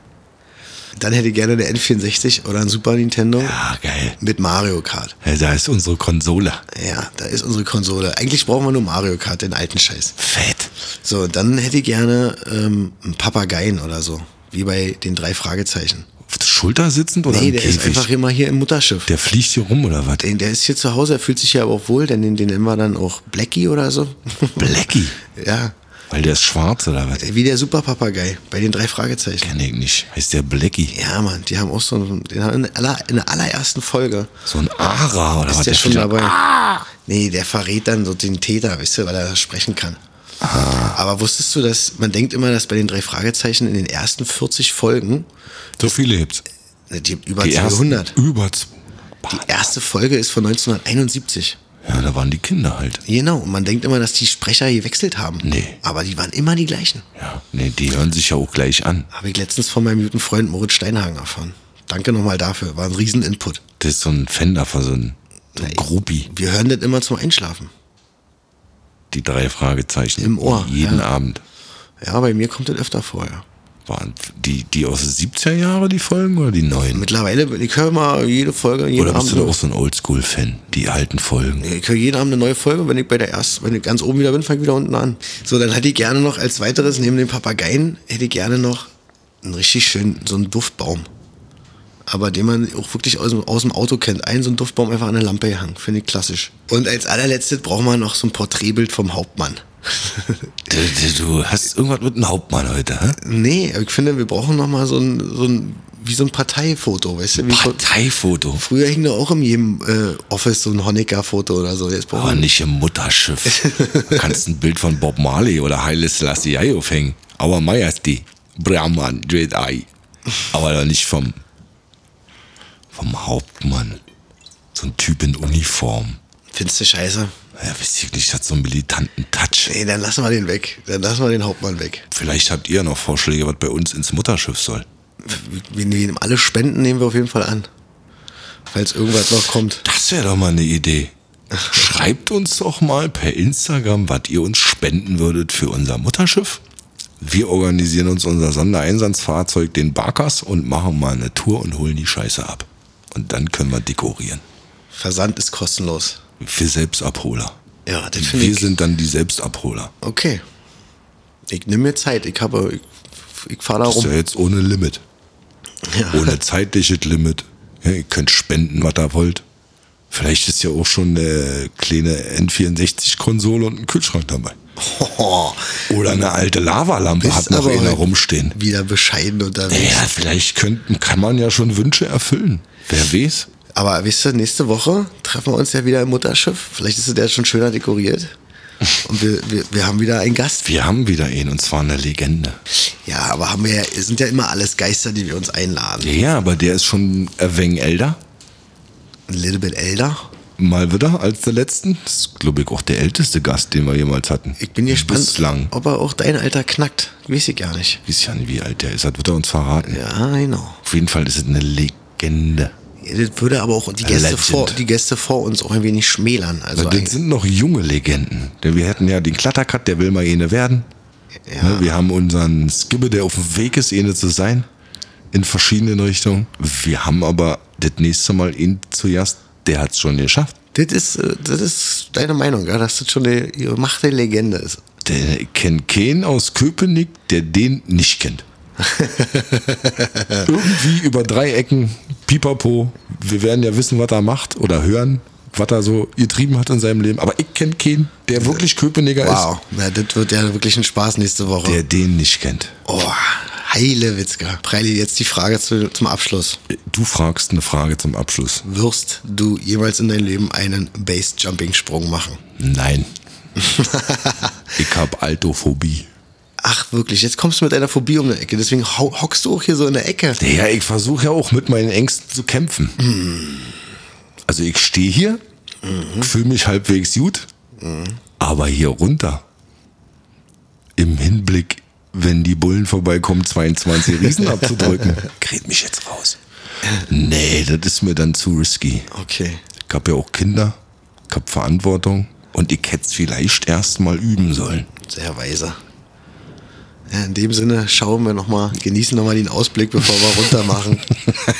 Speaker 4: Dann hätte ich gerne eine N64 oder ein Super Nintendo
Speaker 5: Ah, geil.
Speaker 4: mit Mario Kart.
Speaker 5: Hey, da ist unsere Konsole.
Speaker 4: Ja, da ist unsere Konsole. Eigentlich brauchen wir nur Mario Kart, den alten Scheiß.
Speaker 5: Fett.
Speaker 4: So, dann hätte ich gerne ähm, einen Papageien oder so. Wie bei den drei Fragezeichen.
Speaker 5: Auf der Schulter sitzend oder
Speaker 4: Nee,
Speaker 5: im
Speaker 4: der ist
Speaker 5: Käfig?
Speaker 4: einfach immer hier im Mutterschiff.
Speaker 5: der fliegt hier rum oder was?
Speaker 4: Den, der ist hier zu Hause, er fühlt sich hier aber auch wohl, denn den, den nennen wir dann auch Blackie oder so.
Speaker 5: Blackie.
Speaker 4: ja,
Speaker 5: Weil der ist schwarz oder was?
Speaker 4: wie der Superpapagei bei den drei Fragezeichen.
Speaker 5: Kenn ich nicht. Heißt der Blackie.
Speaker 4: Ja, Mann, die haben auch so einen, den haben in, der aller, in der allerersten Folge
Speaker 5: So ein Ara oder
Speaker 4: ist
Speaker 5: was?
Speaker 4: der schon
Speaker 5: fliegt-
Speaker 4: dabei.
Speaker 5: Ah!
Speaker 4: Nee, der verrät dann so den Täter, weißt du, weil er sprechen kann.
Speaker 5: Ah.
Speaker 4: Aber wusstest du, dass man denkt immer, dass bei den drei Fragezeichen in den ersten 40 Folgen,
Speaker 5: So viele gibt's.
Speaker 4: ne, die haben über
Speaker 5: Die ersten
Speaker 4: 200,
Speaker 5: Über z-
Speaker 4: die erste Folge ist von 1971.
Speaker 5: Ja, da waren die Kinder halt.
Speaker 4: Genau, und man denkt immer, dass die Sprecher gewechselt haben.
Speaker 5: Nee.
Speaker 4: Aber die waren immer die gleichen.
Speaker 5: Ja, nee, die hören sich ja auch gleich an.
Speaker 4: Habe ich letztens von meinem guten Freund Moritz Steinhagen erfahren. Danke nochmal dafür, war ein Riesen-Input.
Speaker 5: Das ist so ein Fan davon, so ein, so ein Groupie.
Speaker 4: Wir hören das immer zum Einschlafen.
Speaker 5: Die drei Fragezeichen.
Speaker 4: Im Ohr,
Speaker 5: Jeden
Speaker 4: ja.
Speaker 5: Abend.
Speaker 4: Ja, bei mir kommt das öfter vor, ja.
Speaker 5: Waren die, die aus den 70er Jahren, die Folgen, oder die neuen?
Speaker 4: Mittlerweile, bin- ich höre mal jede Folge, jeden
Speaker 5: Oder bist
Speaker 4: Abend.
Speaker 5: du da auch so ein Oldschool-Fan, die alten Folgen?
Speaker 4: ich höre jeden Abend eine neue Folge, wenn ich bei der ersten, wenn ich ganz oben wieder bin, fange ich wieder unten an. So, dann hätte ich gerne noch als weiteres, neben den Papageien, hätte ich gerne noch einen richtig schönen, so einen Duftbaum. Aber den man auch wirklich aus dem, aus dem Auto kennt. Einen so einen Duftbaum einfach an der Lampe gehangen. Finde ich klassisch. Und als allerletztes brauchen wir noch so ein Porträtbild vom Hauptmann.
Speaker 5: Du, du- du hast irgendwas mit dem Hauptmann heute, hä?
Speaker 4: Nee, ich finde, wir brauchen noch mal so ein, so ein wie so ein Parteifoto, weißt du? Wie vor-
Speaker 5: Parteifoto.
Speaker 4: früher hing da auch in jedem äh, Office so ein Honecker-Foto oder so. Jetzt brauchen
Speaker 5: Aber
Speaker 4: wir
Speaker 5: nicht im Mutterschiff. Du kannst ein Bild von Bob Marley oder Haile Selassie aufhängen. Aber Majesty, Brahman, Dread Eye. Aber doch nicht vom, vom Hauptmann. So ein Typ in Uniform.
Speaker 4: Findest du scheiße?
Speaker 5: Ja, wisst ihr nicht, hat so einen militanten Touch.
Speaker 4: Nee, dann lassen wir den weg. Dann lassen wir den Hauptmann weg.
Speaker 5: Vielleicht habt ihr noch Vorschläge, was bei uns ins Mutterschiff soll.
Speaker 4: Wir nehmen alle Spenden, nehmen wir auf jeden Fall an. Falls irgendwas noch kommt.
Speaker 5: Das wäre doch mal eine Idee. Schreibt uns doch mal per Instagram, was ihr uns spenden würdet für unser Mutterschiff. Wir organisieren uns unser Sondereinsatzfahrzeug, den Barkas, und machen mal eine Tour und holen die Scheiße ab. Und dann können wir dekorieren.
Speaker 4: Versand ist kostenlos.
Speaker 5: Für Selbstabholer.
Speaker 4: Ja, das finde
Speaker 5: Wir
Speaker 4: ich.
Speaker 5: sind dann die Selbstabholer.
Speaker 4: Okay. Ich nehme mir Zeit. Ich habe. Ich, ich fahre da
Speaker 5: Ist ja
Speaker 4: rum.
Speaker 5: jetzt ohne Limit.
Speaker 4: Ja.
Speaker 5: Ohne zeitliches Limit. Ja, ihr könnt spenden, was ihr wollt. Vielleicht ist ja auch schon eine kleine N64-Konsole und ein Kühlschrank dabei. Oder eine alte Lavalampe
Speaker 4: Bist
Speaker 5: hat noch
Speaker 4: aber
Speaker 5: einer
Speaker 4: heute
Speaker 5: rumstehen.
Speaker 4: Wieder bescheiden unterwegs.
Speaker 5: Ja, vielleicht könnten, kann man ja schon Wünsche erfüllen. Wer weiß?
Speaker 4: Aber wisst ihr, nächste Woche treffen wir uns ja wieder im Mutterschiff. Vielleicht ist der schon schöner dekoriert. Und wir, wir, wir haben wieder einen Gast.
Speaker 5: Wir haben wieder ihn und zwar eine Legende.
Speaker 4: Ja, aber haben wir ja, es sind ja immer alles Geister, die wir uns einladen.
Speaker 5: Ja, aber der ist schon ein wenig älter.
Speaker 4: Ein little bit älter.
Speaker 5: Mal wieder als der letzten. Das ist, glaube ich, auch der älteste Gast, den wir jemals hatten.
Speaker 4: Ich bin gespannt,
Speaker 5: Bislang.
Speaker 4: ob er auch dein Alter knackt. Weiß ich gar nicht.
Speaker 5: Ich weiß ja nicht, wie alt der ist. Das wird er uns verraten.
Speaker 4: Ja, genau.
Speaker 5: Auf jeden Fall ist es eine Legende.
Speaker 4: Ja, Das würde aber auch die Gäste,
Speaker 5: Legend.
Speaker 4: vor, die Gäste vor uns auch ein wenig schmälern. Also
Speaker 5: Na, das
Speaker 4: ein-
Speaker 5: sind noch junge Legenden. Denn wir hätten ja den Klatterkat, der will mal jene werden.
Speaker 4: ja,
Speaker 5: Ne, Wir haben unseren Skibbe, der auf dem Weg ist, jene zu sein. In verschiedenen Richtungen. Wir haben aber das nächste Mal ihn zuerst, der hat es schon geschafft.
Speaker 4: das, ist, äh, das ist deine Meinung, ja, dass das schon eine gemachte Legende ist.
Speaker 5: Der kennt keinen aus Köpenick, der den nicht kennt. Irgendwie über drei Ecken, pipapo. Wir werden ja wissen, was er macht oder hören, was er so getrieben hat in seinem Leben. Aber ich kenne keinen, der wirklich Köpenicker ist.
Speaker 4: Wow, na, das wird ja wirklich ein Spaß nächste Woche.
Speaker 5: der den nicht kennt.
Speaker 4: oh, Heile Witzka. Preili, jetzt die Frage zu, zum Abschluss.
Speaker 5: Du fragst eine Frage zum Abschluss.
Speaker 4: Wirst du jemals in deinem Leben einen Base-Jumping-Sprung machen?
Speaker 5: Nein. ich habe Altophobie.
Speaker 4: Ach wirklich, jetzt kommst du mit einer Phobie um die Ecke. Deswegen hau- hockst du auch hier so in der Ecke.
Speaker 5: Ja, ich versuche ja auch mit meinen Ängsten zu kämpfen. Hm. Also ich stehe hier, fühle mich halbwegs gut, Mhm. aber hier runter. Im Hinblick, wenn die Bullen vorbeikommen, 22 Riesen abzudrücken. Kret mich jetzt raus. Nee, das ist mir dann zu risky.
Speaker 4: Okay.
Speaker 5: Ich habe ja auch Kinder, ich habe Verantwortung und ich hätte es vielleicht erst mal üben sollen.
Speaker 4: Sehr weise. Ja, in dem Sinne schauen wir nochmal, genießen nochmal den Ausblick, bevor wir runter machen.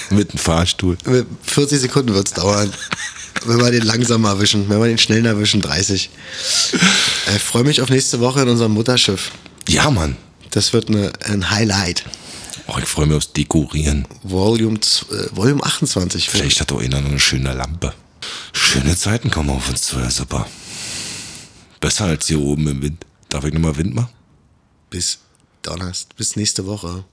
Speaker 5: mit dem Fahrstuhl.
Speaker 4: 40 Sekunden wird es dauern. Wenn wir den langsam erwischen, wenn wir den schnellen erwischen, 30. Ich freue mich auf nächste Woche in unserem Mutterschiff.
Speaker 5: Ja, Mann.
Speaker 4: Das wird eine, ein Highlight.
Speaker 5: Oh, ich freue mich aufs Dekorieren.
Speaker 4: Volume, z- äh, Volume 28.
Speaker 5: Vielleicht hat auch einer noch eine schöne Lampe. Schöne Zeiten kommen auf uns zu, Herr Supper. Besser als hier oben im Wind. Darf ich nochmal Wind machen?
Speaker 4: Bis Donnerstag, bis nächste Woche.